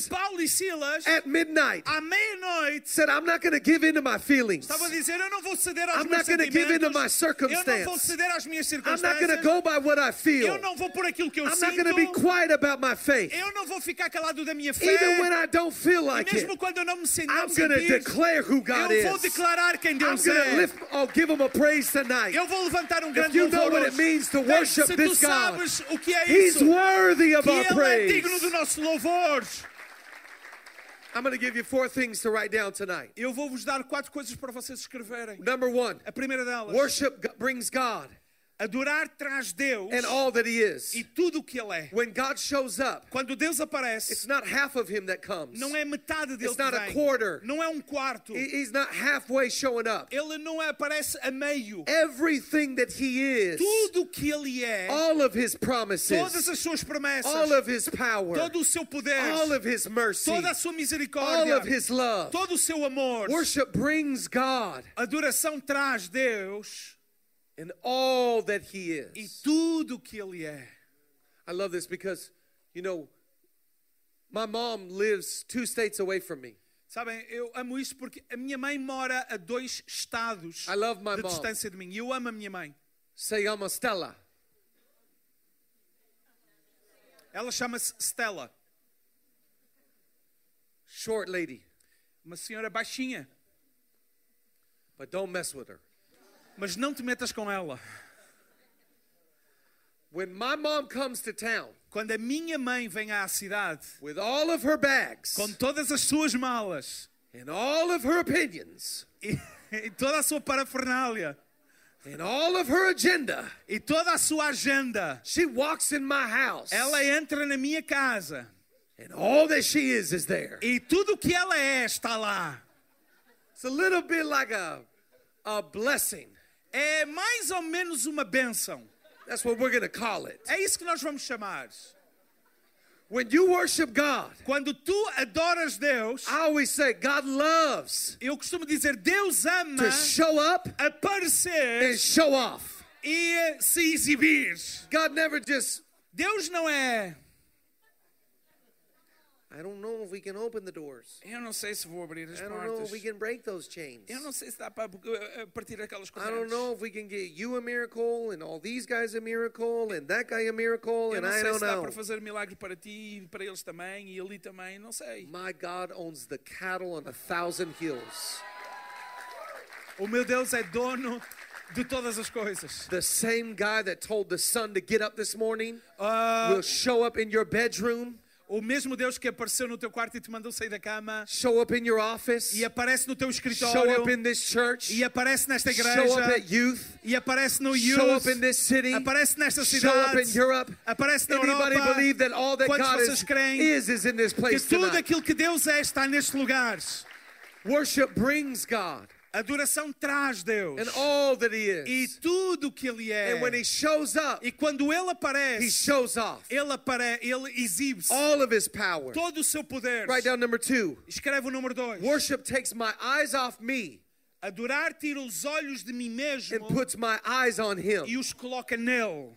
S1: Silas
S2: Paulo e Silas,
S1: at midnight
S2: à meia-noite,
S1: said, I'm not going to give in to my feelings.
S2: estavam a dizer: Eu não vou ceder aos
S1: I'm
S2: meus
S1: not gonna give in to my
S2: sentimentos, eu não vou
S1: circumstance.
S2: ceder às minhas
S1: I'm not going
S2: circunstâncias.
S1: to go by what I
S2: Eu
S1: feel.
S2: não vou por aquilo que eu
S1: I'm not going to be
S2: sinto.
S1: quiet about my faith.
S2: Eu não vou ficar calado da minha fé.
S1: Even when I don't feel like it,
S2: mesmo quando eu não me sinto
S1: I'm going to declare who God
S2: eu vou
S1: is.
S2: declarar quem
S1: I'm
S2: Deus
S1: going to
S2: é.
S1: lift, I'll give him a praise tonight.
S2: Eu vou levantar um
S1: If
S2: grande
S1: you know
S2: louvor
S1: what it
S2: hoje.
S1: means to
S2: Deus,
S1: worship
S2: se tu
S1: this God,
S2: sabes o que é
S1: he's
S2: isso,
S1: worthy of
S2: que
S1: our
S2: Ele é
S1: praise.
S2: digno do nosso louvor.
S1: I'm going to give you four things to write down tonight.
S2: Eu vou vos dar quatro coisas para vocês escreverem.
S1: Number one,
S2: A primeira delas,
S1: worship g- brings God
S2: adorar traz Deus
S1: and all that he
S2: e
S1: is.
S2: tudo o que Ele é.
S1: When God shows up,
S2: Quando Deus
S1: it's
S2: aparece,
S1: not half of him that comes.
S2: não é metade dele
S1: It's
S2: que
S1: not a
S2: vem.
S1: quarter.
S2: Não é um quarto.
S1: He- He's not halfway showing up.
S2: Ele não aparece a meio.
S1: Everything that he is,
S2: Tudo o que Ele é
S1: all of his
S2: todas
S1: promises,
S2: as suas promessas,
S1: all of his power,
S2: todo o seu poder,
S1: all of his mercy,
S2: toda a sua
S1: all
S2: misericórdia,
S1: of his love.
S2: todo o seu amor.
S1: Worship brings God
S2: Adoração traz Deus
S1: and all that He
S2: e
S1: is.
S2: tudo o que Ele é.
S1: I love this because, you know, my mom lives two states away from me.
S2: Sabem, eu amo isto porque a minha mãe mora a dois estados
S1: I love my
S2: de
S1: mom.
S2: distância de mim. E eu amo a minha mãe.
S1: Se llama Stella.
S2: Ela chama-se Stella,
S1: Short lady,
S2: uma senhora baixinha.
S1: but don't mess with her.
S2: Mas não te metas com ela.
S1: When my mom comes to town
S2: Quando a minha mãe vem à cidade
S1: with all of her bags
S2: com todas as suas malas
S1: and all of her opinions
S2: e, e toda a sua parafernália
S1: and all of her agenda,
S2: e toda a sua agenda,
S1: she walks in my house
S2: Ela entra na minha casa
S1: and all that she is is there.
S2: e tudo o que ela é está lá.
S1: It's a little bit like a, a blessing.
S2: É mais ou menos uma benção.
S1: That's what we're going to call it.
S2: É isso que nós vamos chamar.
S1: When you worship God,
S2: Quando tu adoras Deus,
S1: I always say God loves
S2: eu costumo dizer Deus ama
S1: to show up
S2: aparecer
S1: and show off.
S2: e se exibir.
S1: God never just
S2: Deus não é.
S1: I don't know if we can open the doors.
S2: Eu não sei se vou abrir as
S1: I don't know
S2: portas.
S1: if we can break those chains.
S2: Eu não sei se dá para eh, eh, partir aquelas
S1: I don't
S2: correntes.
S1: know if we can get you a miracle and all these guys a miracle and that guy a miracle
S2: Eu
S1: and
S2: não
S1: I
S2: sei
S1: don't
S2: se dá
S1: know.
S2: para fazer milagre para ti e para eles também e ali também, não sei.
S1: My God owns the cattle on a thousand hills.
S2: O meu Deus é dono de todas as coisas.
S1: The same guy that told the sun to get up this morning
S2: Ah,
S1: will show up in your bedroom,
S2: o mesmo Deus que apareceu no teu quarto e te mandou sair da cama
S1: show up in your office,
S2: e aparece no teu
S1: show up
S2: escritório
S1: in this church,
S2: e aparece nesta
S1: show up
S2: igreja
S1: at youth,
S2: e aparece no
S1: show up in
S2: youth,
S1: this city,
S2: aparece nesta
S1: show up in
S2: cidade,
S1: Europe.
S2: aparece na
S1: Anybody
S2: Europa.
S1: believe that all that
S2: Quantos
S1: God is,
S2: vocês creem
S1: is is in this
S2: Que
S1: place
S2: tudo
S1: tonight?
S2: aquilo que Deus é está nestes lugares.
S1: Worship brings God
S2: Adoração traz Deus.
S1: and all that He
S2: E
S1: is.
S2: tudo o que Ele é.
S1: And when He shows up,
S2: E quando Ele
S1: He
S2: aparece,
S1: shows off
S2: Ele, apare... ele exibe-se
S1: all of His power.
S2: todo o seu poder.
S1: Write down number two.
S2: Escreve o número 2.
S1: Worship takes my eyes off me
S2: Adorar tira os olhos de mim
S1: and
S2: mesmo
S1: puts my eyes on Him.
S2: e os coloca nele.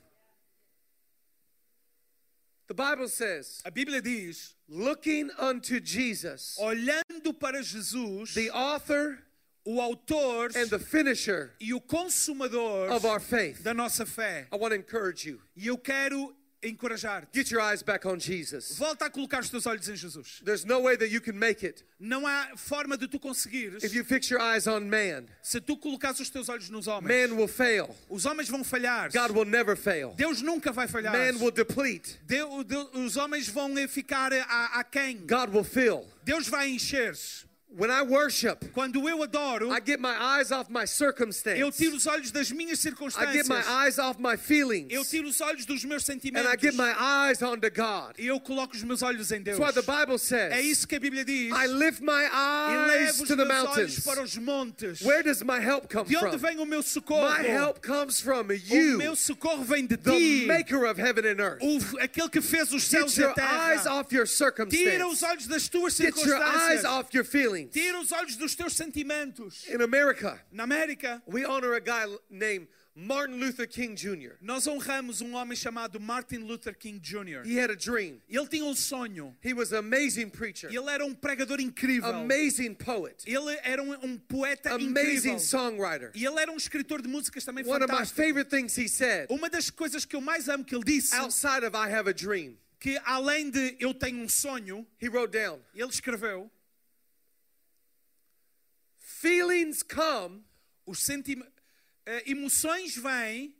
S1: The Bible says,
S2: A Bíblia diz,
S1: looking unto Jesus,
S2: olhando para Jesus,
S1: the author
S2: o autor
S1: and the finisher
S2: e o consumador
S1: of our faith.
S2: da nossa fé.
S1: I want to encourage you.
S2: E eu quero encorajar-te.
S1: Get your eyes back on Jesus.
S2: Volta a colocar os teus olhos em Jesus.
S1: There's no way that you can make it
S2: Não há forma de tu conseguires
S1: if you fix your eyes on man.
S2: se tu colocares os teus olhos nos homens.
S1: Man will fail.
S2: Os homens vão falhar.
S1: God will never fail.
S2: Deus nunca vai falhar.
S1: Man will deplete.
S2: Deu- deu- os homens vão eh, ficar a, a quem?
S1: God will fill.
S2: Deus vai encher-se.
S1: When I worship,
S2: Quando eu adoro,
S1: I get my eyes off my
S2: eu
S1: circumstance.
S2: tiro os olhos das minhas
S1: I get my
S2: circunstâncias.
S1: eyes off my
S2: Eu
S1: feelings.
S2: tiro os olhos dos meus
S1: And I get
S2: sentimentos.
S1: my eyes onto God.
S2: E eu coloco os meus olhos em Deus.
S1: That's why the Bible
S2: É
S1: says,
S2: isso que a Bíblia diz.
S1: I lift my
S2: E levo
S1: eyes
S2: os
S1: to the
S2: Ah, é meus olhos
S1: mountains.
S2: para os montes.
S1: Where does my help come
S2: De onde
S1: from?
S2: vem o meu socorro?
S1: My help comes from
S2: O meu
S1: you,
S2: socorro vem de
S1: the
S2: ti.
S1: maker of heaven and earth.
S2: O- aquele que fez os céus
S1: Get
S2: e a
S1: your eyes
S2: terra.
S1: off your
S2: Tira os
S1: circumstance.
S2: olhos das tuas
S1: Get your eyes
S2: circunstâncias.
S1: off your feelings.
S2: Tira os olhos dos teus sentimentos.
S1: In America,
S2: Na América,
S1: we honor a guy named Martin Luther King Jr.
S2: nós honramos um homem chamado Martin Luther King Jr.
S1: He had a dream.
S2: Ele tinha um sonho.
S1: He was an amazing preacher,
S2: Ele era um pregador incrível.
S1: amazing poet,
S2: Ele era um, um poeta
S1: amazing
S2: incrível.
S1: songwriter.
S2: E ele era um escritor de músicas também
S1: One of my
S2: fantástico.
S1: favorite things he said,
S2: Uma das coisas que eu mais amo que ele disse,
S1: outside of I have a dream,
S2: que além de eu tenho um sonho,
S1: he wrote down,
S2: ele escreveu,
S1: feelings come
S2: os senti- eh, emoções vêm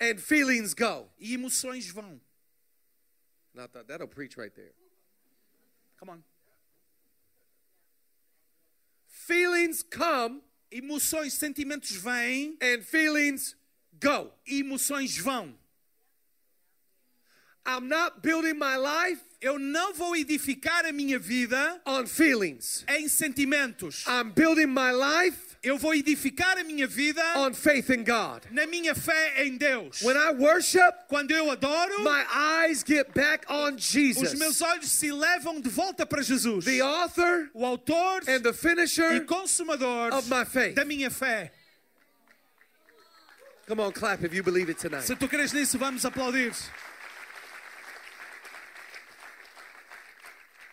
S1: and feelings go.
S2: e emoções vão.
S1: And I thought, that'll preach right there.
S2: Come on.
S1: Feelings come
S2: Emoções, sentimentos vêm
S1: and feelings go.
S2: e emoções vão.
S1: I'm not building my life
S2: Eu não vou edificar a minha vida
S1: on feelings.
S2: em sentimentos.
S1: I'm building my life
S2: Eu vou edificar a minha vida
S1: on faith in God.
S2: na minha fé em Deus.
S1: When I worship,
S2: Quando eu adoro,
S1: my eyes get back on
S2: os
S1: Jesus,
S2: meus olhos se levam de volta para Jesus,
S1: the author
S2: o autor
S1: and the
S2: e
S1: finisher.
S2: consumador
S1: of my faith.
S2: da minha fé.
S1: Come on, clap if you believe it tonight.
S2: Se tu crês nisso, vamos aplaudir.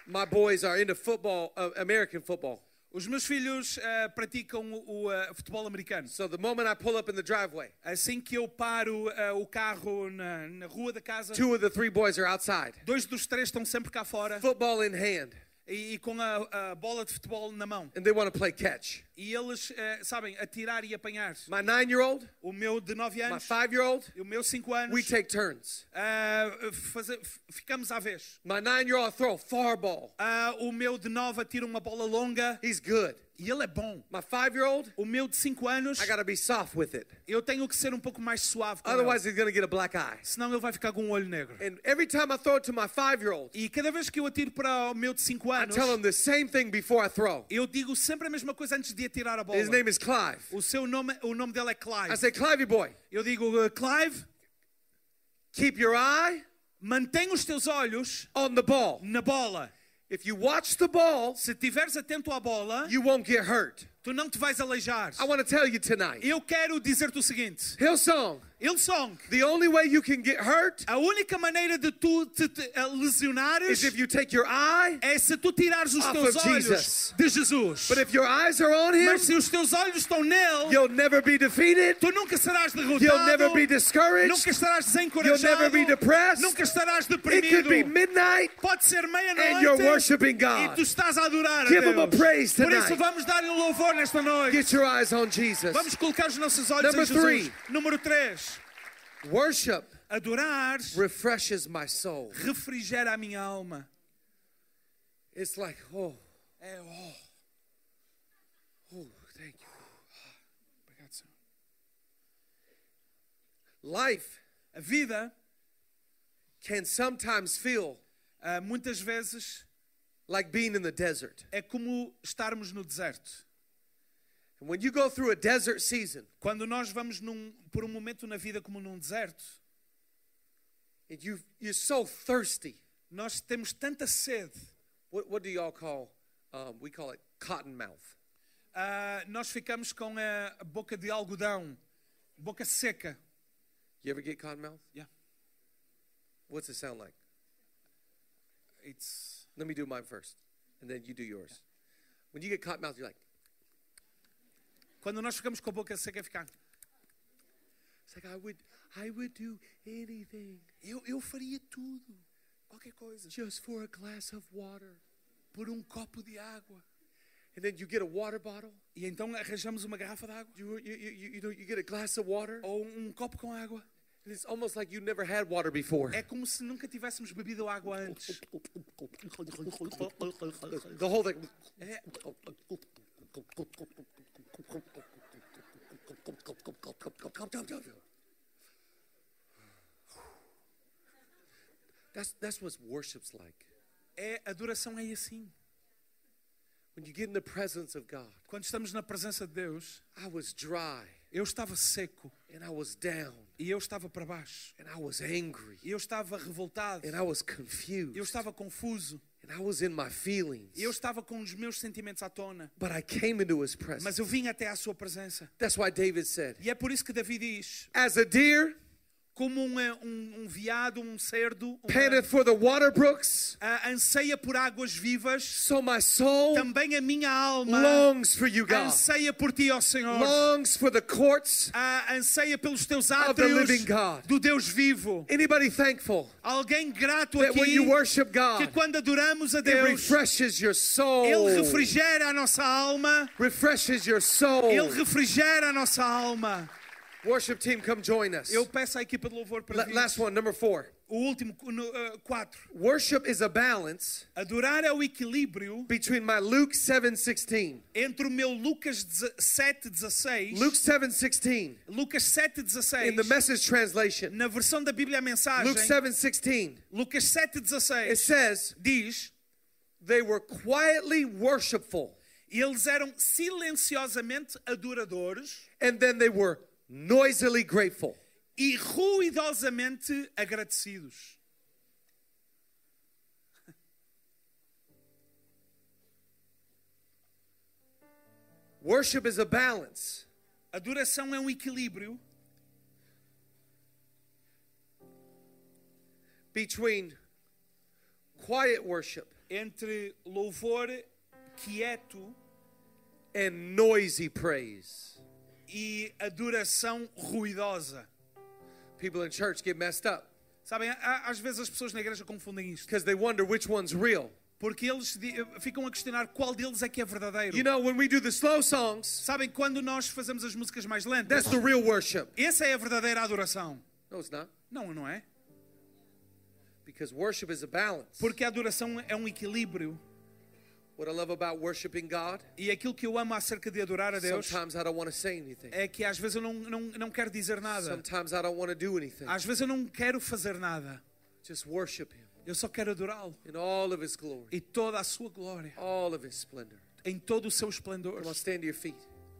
S1: My boys are into football, uh, American football.
S2: Os meus filhos eh, praticam o, o, eh, futebol americano.
S1: So the moment I pull up in the driveway,
S2: Assim que eu paro eh, o carro na, na rua da casa,
S1: two of the three boys are outside,
S2: dois dos três estão sempre cá fora
S1: football in hand,
S2: e, e com a, a bola de futebol na mão.
S1: and they want to play catch.
S2: E eles eh, sabem atirar e apanhar.
S1: My nine year old,
S2: O meu de 9
S1: my
S2: anos
S1: five year old,
S2: e o meu 5 anos,
S1: we take turns.
S2: eh, faze- f- ficamos à vez.
S1: My nine year old throw a far ball.
S2: Ah, o meu de 9 atira uma bola longa
S1: He's good.
S2: e ele é bom.
S1: My five year old,
S2: O meu de 5 anos,
S1: I got to be soft with it.
S2: eu tenho que ser um pouco mais suave com ele.
S1: Otherwise, he's going to get a black eye.
S2: senão ele vai ficar com um olho negro.
S1: And every time I throw it to my five year old,
S2: E cada vez que eu atiro para o meu de 5
S1: I
S2: anos,
S1: tell him the same thing before I throw.
S2: eu digo sempre a mesma coisa antes de atirar a bola.
S1: His name is Clive.
S2: O seu nome, o nome dele é
S1: I
S2: Clive.
S1: say, Clivey boy,
S2: Eu digo, "Uh, Clive,
S1: keep your eye
S2: mantenha os teus olhos
S1: on the ball.
S2: na bola.
S1: If you watch the ball,
S2: Se estiveres atento à bola,
S1: you won't get hurt.
S2: Tu não te vais aleijar.
S1: I want to tell you tonight.
S2: Eu quero dizer-te o seguinte:
S1: Hillsong,
S2: Hillsong,
S1: the only way you can get hurt
S2: a única maneira de tu te, te eh, lesionares
S1: is if you take your eye.
S2: é se tu tirares os
S1: Off of
S2: teus olhos
S1: Jesus.
S2: de Jesus.
S1: But if your eyes are on him,
S2: Mas se os teus olhos estão nele,
S1: you'll never be defeated.
S2: tu nunca serás derrotado.
S1: You'll never be
S2: Nunca
S1: discouraged.
S2: estarás
S1: You'll
S2: desencorajado.
S1: never be depressed.
S2: Nunca estarás
S1: It could be
S2: deprimido.
S1: midnight
S2: Pode ser
S1: and you're
S2: meia-noite
S1: worshiping
S2: e tu
S1: God.
S2: estás a adorar a
S1: Give him a
S2: Deus.
S1: praise
S2: Por isso
S1: tonight.
S2: vamos dar-lhe um louvor nesta noite.
S1: Get your eyes on Jesus.
S2: Vamos colocar os nossos olhos
S1: Number
S2: em Jesus.
S1: three.
S2: Número 3.
S1: Worship
S2: Adorar
S1: refreshes my soul.
S2: refrigera a minha alma.
S1: It's like, oh,
S2: É, oh,
S1: oh, thank you.
S2: obrigado, Senhor.
S1: Life
S2: A vida
S1: can sometimes feel
S2: ah, muitas vezes
S1: like being in the desert.
S2: é como estarmos no deserto.
S1: And when you go through a desert season
S2: Quando nós vamos num- por um momento na vida como num deserto,
S1: and you, you're so thirsty,
S2: nós temos tanta sede.
S1: what, what do y'all call? Um, we call it cotton mouth.
S2: ah, nós ficamos com a boca de algodão, boca seca.
S1: You ever get cotton mouth?
S2: Yeah,
S1: What's it sound like?
S2: it's
S1: Let me do mine first, and then you do yours. When you get cotton mouth, you're like,
S2: Quando nós ficamos com a boca seca, é ficar.
S1: it's like I would, I would do anything
S2: Eu, eu faria tudo, qualquer coisa,
S1: just for a glass of water.
S2: por um copo de água.
S1: And then you get a water bottle.
S2: E então arranjamos uma garrafa de água
S1: You, you, you, you, you know, you get a glass of water.
S2: ou um copo com água.
S1: And it's almost like you never had water before.
S2: É como se nunca tivéssemos bebido água antes.
S1: The whole thing.
S2: É,
S1: That's that's what worship's like.
S2: É, a adoração é assim.
S1: When you get in the presence of God,
S2: Quando estamos na presença de Deus,
S1: I was dry
S2: eu estava seco
S1: and I was down
S2: e eu estava para baixo.
S1: and I was angry
S2: E eu estava revoltado.
S1: and I was
S2: Eu
S1: confused
S2: estava confuso.
S1: and I was in my feelings.
S2: Eu estava com os meus sentimentos à tona.
S1: But I came into his
S2: Mas
S1: presence.
S2: eu vim até à sua presença.
S1: That's why David said,
S2: E é por isso que Davi diz:
S1: As a deer
S2: como um, eh, um, um veado, um cerdo, uma-
S1: panteth for the water brooks,
S2: a- anseia por águas vivas,
S1: so my soul
S2: também a minha alma
S1: longs for you, God.
S2: anseia por ti, ó Senhor.
S1: Longs for the courts.
S2: Ah, anseia pelos teus
S1: the
S2: átrios
S1: living God.
S2: do Deus vivo.
S1: Anybody thankful
S2: Alguém grato
S1: that when
S2: aqui
S1: you worship
S2: que
S1: God,
S2: quando adoramos a
S1: it
S2: Deus,
S1: refreshes your soul?
S2: Ele refrigera a nossa alma.
S1: Refreshes your soul.
S2: Ele refrigera a nossa alma.
S1: Worship team, come join us.
S2: Eu peço à equipa de louvor para
S1: La-
S2: vir.
S1: Last one, number four.
S2: O último, no, ah, quatro.
S1: Worship is a balance
S2: Adorar é o equilíbrio
S1: between my Luke 7:16.
S2: entre o meu Lucas 7, 16.
S1: Luke 7:16
S2: Lucas 7, 16.
S1: in the message translation.
S2: na versão da Bíblia a mensagem,
S1: Luke 7:16.
S2: Lucas 7,
S1: It
S2: 16,
S1: says
S2: diz:
S1: they were quietly worshipful
S2: Eles eram silenciosamente adoradores
S1: and then they were noisily grateful.
S2: e ruidosamente agradecidos.
S1: Worship is a balance
S2: Adoração é um equilíbrio
S1: between quiet worship
S2: entre louvor quieto
S1: and noisy praise.
S2: e adoração ruidosa.
S1: People in church get messed up
S2: Sabem, há- às vezes as pessoas na igreja confundem isto,
S1: because they wonder which one's real.
S2: porque eles di- eh, ficam a questionar qual deles é que é verdadeiro.
S1: You know, when we do the slow songs,
S2: Sabem, quando nós fazemos as músicas mais lentas,
S1: that's the real worship.
S2: essa é a verdadeira adoração.
S1: No, it's not.
S2: Não, não é?
S1: Because worship is a balance.
S2: Porque a adoração é um equilíbrio.
S1: What I love about worshiping God,
S2: E aquilo que eu amo acerca de adorar a Deus
S1: sometimes I don't want to say anything.
S2: é que às vezes eu não, não, não quero dizer nada.
S1: Sometimes I don't want to do anything.
S2: Às vezes eu não quero fazer nada.
S1: Just worship Him
S2: Eu só quero adorá-lo
S1: in all of His glory,
S2: em toda a sua glória,
S1: all of His splendor.
S2: em todo o seu esplendor.
S1: Come on, stand to your feet.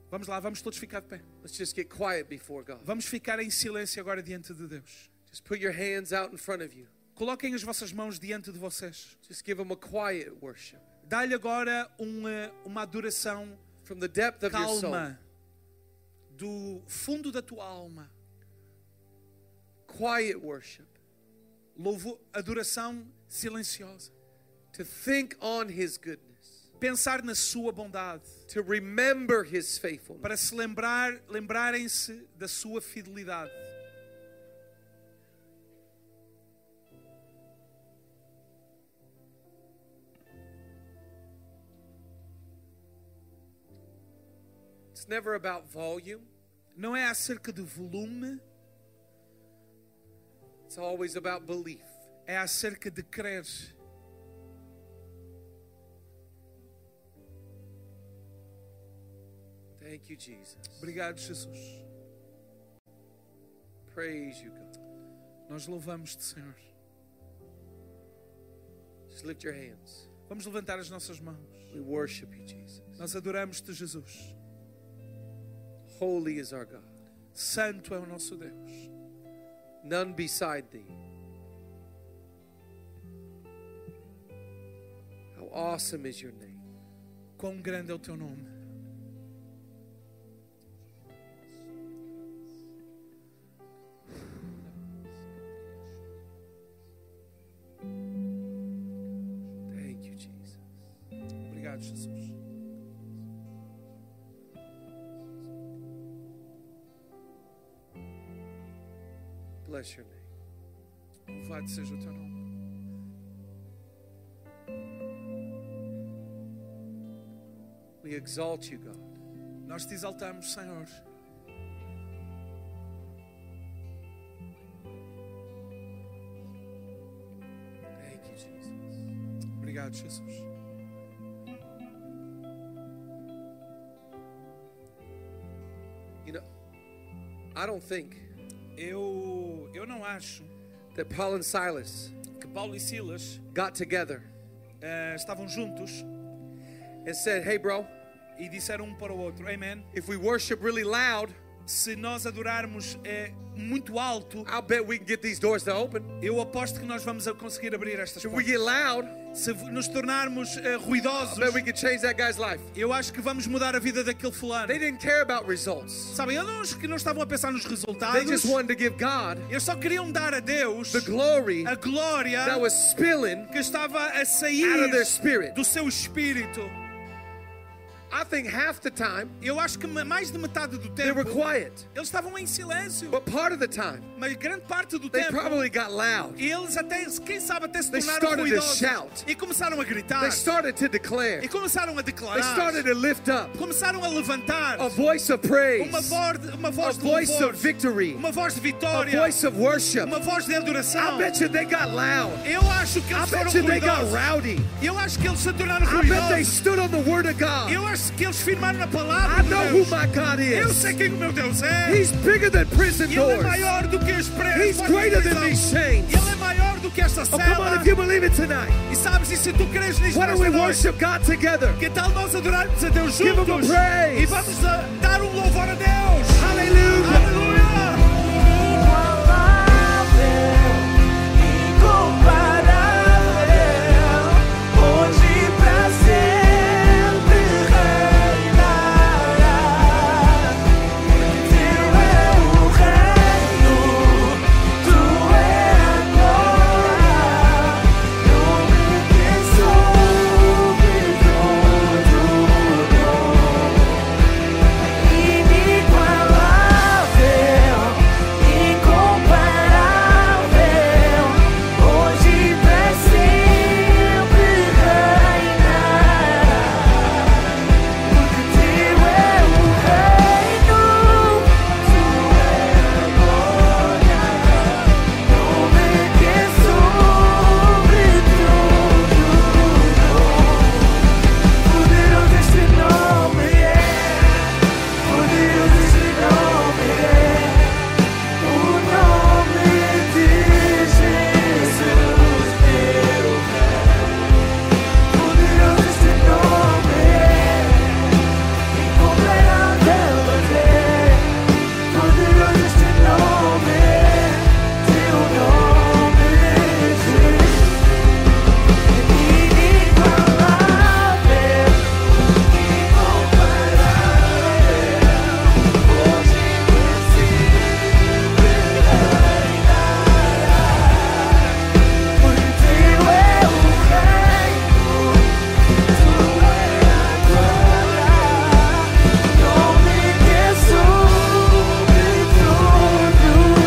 S2: Vamos lá, vamos todos ficar de pé.
S1: Let's just get quiet before God.
S2: Vamos ficar em silêncio agora diante de Deus.
S1: Just put your hands out in front of you.
S2: Coloquem as vossas mãos diante de vocês.
S1: Just give him a quiet worship.
S2: Dá-lhe agora um, eh, uma, uma adoração
S1: from the depth of your soul.
S2: calma do fundo da tua alma.
S1: Quiet worship.
S2: Louvor, adoração silenciosa.
S1: To think on his goodness.
S2: Pensar na sua bondade,
S1: To remember his faithfulness.
S2: para se lembrar, lembrarem-se da sua fidelidade.
S1: It's never about volume.
S2: Não é acerca de volume,
S1: It's always about belief.
S2: é acerca de crer.
S1: Thank you, Jesus.
S2: Obrigado, Jesus.
S1: Praise you, God.
S2: Nós louvamos-te, Senhor.
S1: Just lift your hands.
S2: Vamos levantar as nossas mãos.
S1: We worship you, Jesus.
S2: Nós adoramos-te, Jesus.
S1: Holy is our God.
S2: Santo é o nosso Deus.
S1: None beside thee. How awesome is your name.
S2: Quão grande é o teu nome.
S1: Thank you, Jesus.
S2: Obrigado, Jesus.
S1: Bless your name.
S2: Louvado seja o teu nome.
S1: We exalt you, God.
S2: Nós te exaltamos, Senhor.
S1: Thank you, Jesus.
S2: Obrigado, Jesus.
S1: You know, I don't think
S2: Eu, eu não acho
S1: that Paul and Silas
S2: que Paulo e Silas
S1: got together
S2: eh, estavam juntos
S1: and said, Hey, bro,
S2: e disseram um para o outro: Amen.
S1: if we worship really loud,
S2: Se nós adorarmos eh, muito alto,
S1: I'll bet we can get these doors to open.
S2: eu aposto que nós vamos a conseguir abrir estas
S1: If we
S2: portas.
S1: get loud,
S2: Se v- nos tornarmos eh,
S1: I
S2: ruidosos,
S1: bet we can change that guy's life.
S2: eu acho que vamos mudar a vida daquele fulano.
S1: They didn't care about results.
S2: Sabem, eu não, acho que não estavam a pensar nos
S1: They
S2: resultados.
S1: just wanted to give God
S2: Eles só queriam dar a Deus
S1: the glory
S2: a glória
S1: that was spilling
S2: que estava a
S1: out
S2: sair
S1: of their spirit.
S2: do seu espírito.
S1: I think half the time
S2: Eu acho que ma- mais de metade do
S1: they were
S2: tempo
S1: quiet,
S2: eles estavam em silêncio,
S1: but part of the time
S2: mas grande parte do
S1: they
S2: tempo
S1: probably got loud.
S2: eles até, quem sabe até se
S1: They
S2: tornaram
S1: started to
S2: ruidosos
S1: shout.
S2: e começaram a gritar
S1: They started to declare,
S2: e começaram a
S1: they
S2: declarar,
S1: started to lift up
S2: começaram a levantar
S1: a voice of praise,
S2: uma voz, uma
S1: a
S2: voz de
S1: voice
S2: louvor,
S1: of victory,
S2: uma voz de
S1: a
S2: vitória,
S1: voice of worship.
S2: uma voz de adoração.
S1: I bet you they got loud.
S2: Eu acho que
S1: I
S2: eles foram
S1: bet you they got
S2: ruidosos.
S1: rowdy.
S2: Eu acho que eles se tornaram
S1: I bet they
S2: ruidosos.
S1: stood on the word of God.
S2: Eu acho que eles firmaram na palavra.
S1: I
S2: de
S1: know
S2: Deus.
S1: who my God
S2: Eu
S1: is.
S2: sei quem o meu Deus é.
S1: He's bigger than prison
S2: Ele é
S1: doors.
S2: maior do que as presas.
S1: He's greater than these chains.
S2: Ele é maior do que esta
S1: Oh, come
S2: cela.
S1: on, if you believe it tonight.
S2: E sabes, e se tu crês nisto
S1: Why don't we
S2: nesta noite,
S1: worship God together?
S2: que tal nós adorarmos a Deus
S1: Give him
S2: juntos?
S1: a praise.
S2: E vamos a- dar um louvor a Deus.
S1: Hallelujah.
S2: Aleluia!
S3: Incomparável, onde pra sempre reinará. Teu é o reino, tu é a glória, nome que sobe todo nome inigualável. é, é é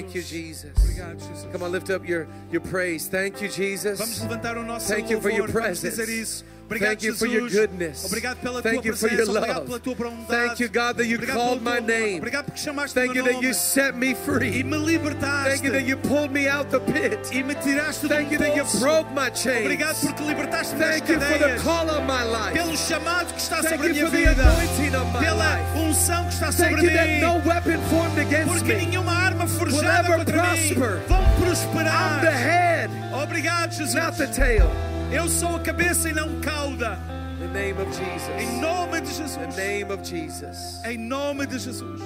S1: Thank you, Jesus.
S2: Obrigado, Jesus.
S1: Come on, lift up your, your praise. Thank you,
S2: Vamos
S1: Jesus.
S2: levantar o nosso
S1: Thank you for
S2: louvor,
S1: your
S2: vamos
S1: presence.
S2: dizer isso. Obrigado,
S1: Thank you
S2: Jesus.
S1: for your goodness.
S2: Obrigado pela
S1: Thank
S2: tua
S1: you for
S2: presença,
S1: your
S2: obrigado
S1: love.
S2: pela tua bondade.
S1: Thank you, God, that you
S2: obrigado pelo
S1: called
S2: teu
S1: my
S2: amor.
S1: name.
S2: Obrigado porque chamaste o
S1: Thank you
S2: meu
S1: that
S2: nome
S1: you set me
S2: e
S1: free.
S2: me libertaste
S1: Thank you that you pulled me out the pit.
S2: e me tiraste
S1: Thank
S2: do
S1: you that you
S2: poço.
S1: broke my chains.
S2: Obrigado porque libertaste-me das
S1: Thank you for the
S2: cadeias,
S1: call on my life.
S2: pelo chamado que está
S1: Thank
S2: sobre a
S1: you
S2: minha
S1: for the uh,
S2: vida,
S1: anointing on my
S2: pela
S1: life.
S2: unção que está sobre
S1: Thank you that
S2: mim.
S1: no weapon formed against
S2: porque
S1: me.
S2: nenhuma arma
S1: will ever
S2: forjada contra mim
S1: prosper.
S2: vão
S1: I'm the
S2: prosperar.
S1: head,
S2: Obrigado, Jesus.
S1: not the tail.
S2: Eu sou a cabeça e não cauda.
S1: In the name of
S2: Em
S1: Jesus.
S2: nome de
S1: In the
S2: Jesus.
S1: name of Jesus.
S2: Em nome de Jesus.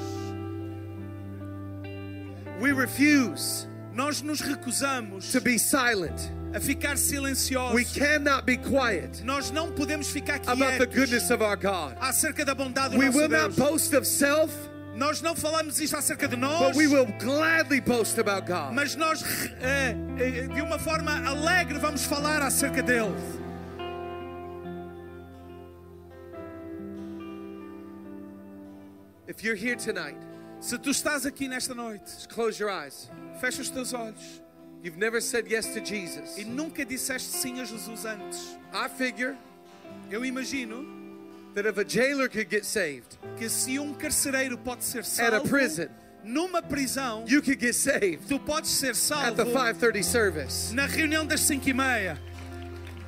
S1: We refuse
S2: Nós nos recusamos
S1: to be silent.
S2: a ficar
S1: We
S2: silenciosos.
S1: cannot be quiet
S2: Nós não podemos ficar
S1: about the
S2: quietos
S1: goodness of our God.
S2: acerca da bondade do
S1: We will
S2: nosso
S1: not
S2: Deus.
S1: boast of self,
S2: Nós não falamos isto acerca de
S1: but
S2: nós,
S1: we will gladly boast about God.
S2: mas nós eh, eh, de uma forma alegre vamos falar acerca dele.
S1: If you're here tonight,
S2: Se tu estás aqui nesta noite,
S1: just close your eyes.
S2: fecha os teus olhos
S1: You've never said yes to Jesus.
S2: e nunca disseste sim a Jesus antes.
S1: I figure
S2: Eu imagino
S1: that if a jailer could get saved
S2: que se um carcereiro pode ser
S1: at a
S2: salvo
S1: prison,
S2: numa prisão,
S1: you could get saved
S2: tu podes ser
S1: at the
S2: salvo
S1: 5:30 service.
S2: na reunião das 5 e meia.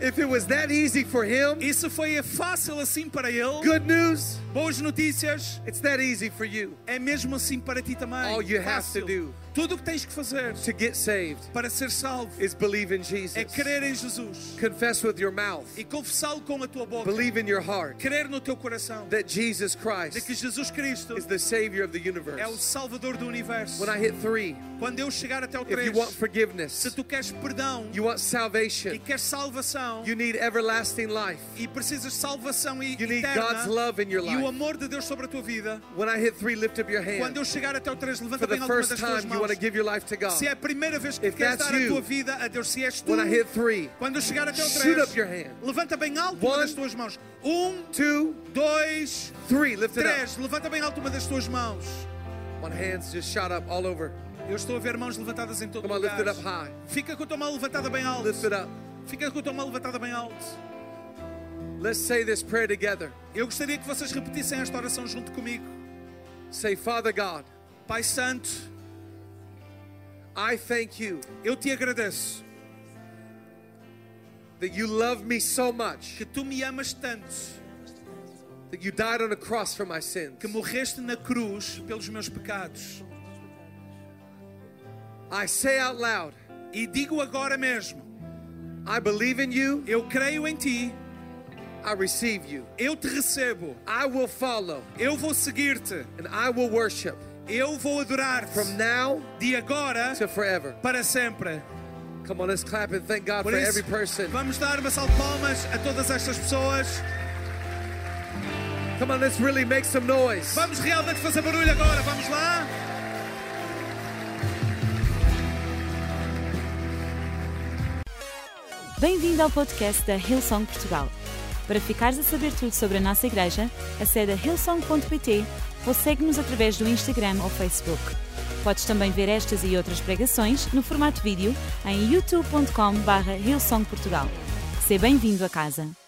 S1: If it was that easy for him,
S2: Isso foi fácil assim para ele.
S1: good news,
S2: Boas notícias.
S1: it's that easy for you
S2: É mesmo assim para ti também.
S1: All you have to
S2: Fácil.
S1: do.
S2: Tudo o que tens que fazer
S1: to get saved
S2: para ser salvo
S1: is believe in
S2: é
S1: Jesus.
S2: crer em Jesus
S1: Confess with your mouth.
S2: e confessá-lo com a tua boca.
S1: Believe in your heart
S2: Crer no teu coração
S1: that Jesus
S2: de
S1: Christ
S2: que Jesus Cristo
S1: is the savior of the
S2: é o
S1: universe.
S2: Salvador do universo.
S1: When I hit 3,
S2: Quando eu chegar até o
S1: if
S2: 3,
S1: you want
S2: se
S1: forgiveness,
S2: tu queres perdão
S1: you want
S2: e
S1: salvation,
S2: queres salvação
S1: you need everlasting life.
S2: e precisas de salvação e
S1: You need
S2: eterna
S1: God's love in your
S2: e o
S1: life.
S2: amor de Deus sobre a tua vida,
S1: When I hit 3, lift up your hand.
S2: quando eu chegar até o 3, levanta
S1: For the
S2: bem alguma
S1: first
S2: das tuas
S1: time, you want
S2: mãos.
S1: to give your life to God.
S2: Se é a primeira vez que
S1: If
S2: queres
S1: that's
S2: dar a
S1: you,
S2: tua vida a Deus, se és tu,
S1: When I hit 3,
S2: quando eu chegar até o
S1: Shoot
S2: 3,
S1: up your hand.
S2: levanta bem alto uma
S1: One,
S2: das tuas mãos. Um,
S1: 2,
S2: dois,
S1: 3, lift it up.
S2: três. Levanta bem alto uma das tuas mãos.
S1: My hands just shot up all over.
S2: Eu estou a ver mãos levantadas em todo
S1: Come on, lift
S2: lugar.
S1: it up high.
S2: Fica com a tua mão levantada bem alto.
S1: Lift it up.
S2: Fica com a tua mão levantada bem alto.
S1: Let's say this prayer together.
S2: Eu gostaria que vocês repetissem esta oração junto comigo.
S1: Say, Father God,
S2: Pai Santo,
S1: I thank you
S2: eu te agradeço
S1: that you love me so much
S2: que tu me amas tanto,
S1: that you died on a cross for my sins.
S2: que morreste na cruz pelos meus pecados.
S1: I say out loud,
S2: E digo agora mesmo,
S1: I believe in you,
S2: eu creio em ti,
S1: I receive you.
S2: eu te recebo,
S1: I will follow
S2: eu vou seguir-te,
S1: and I will worship
S2: eu vou adorar-te
S1: from now
S2: de agora
S1: to forever.
S2: para sempre.
S1: Come on, let's clap and thank God
S2: Por
S1: for
S2: isso,
S1: every person.
S2: vamos dar uma salva de palmas a todas estas pessoas.
S1: Come on, let's really make some noise.
S2: Vamos realmente fazer barulho agora, vamos lá?
S4: Bem-vindo ao podcast da Hillsong Portugal. Para ficares a saber tudo sobre a nossa igreja, acede a hillsong.pt ou segue-nos através do Instagram ou Facebook. Podes também ver estas e outras pregações no formato vídeo em youtube.com/hillsongportugal. Seja bem-vindo a casa.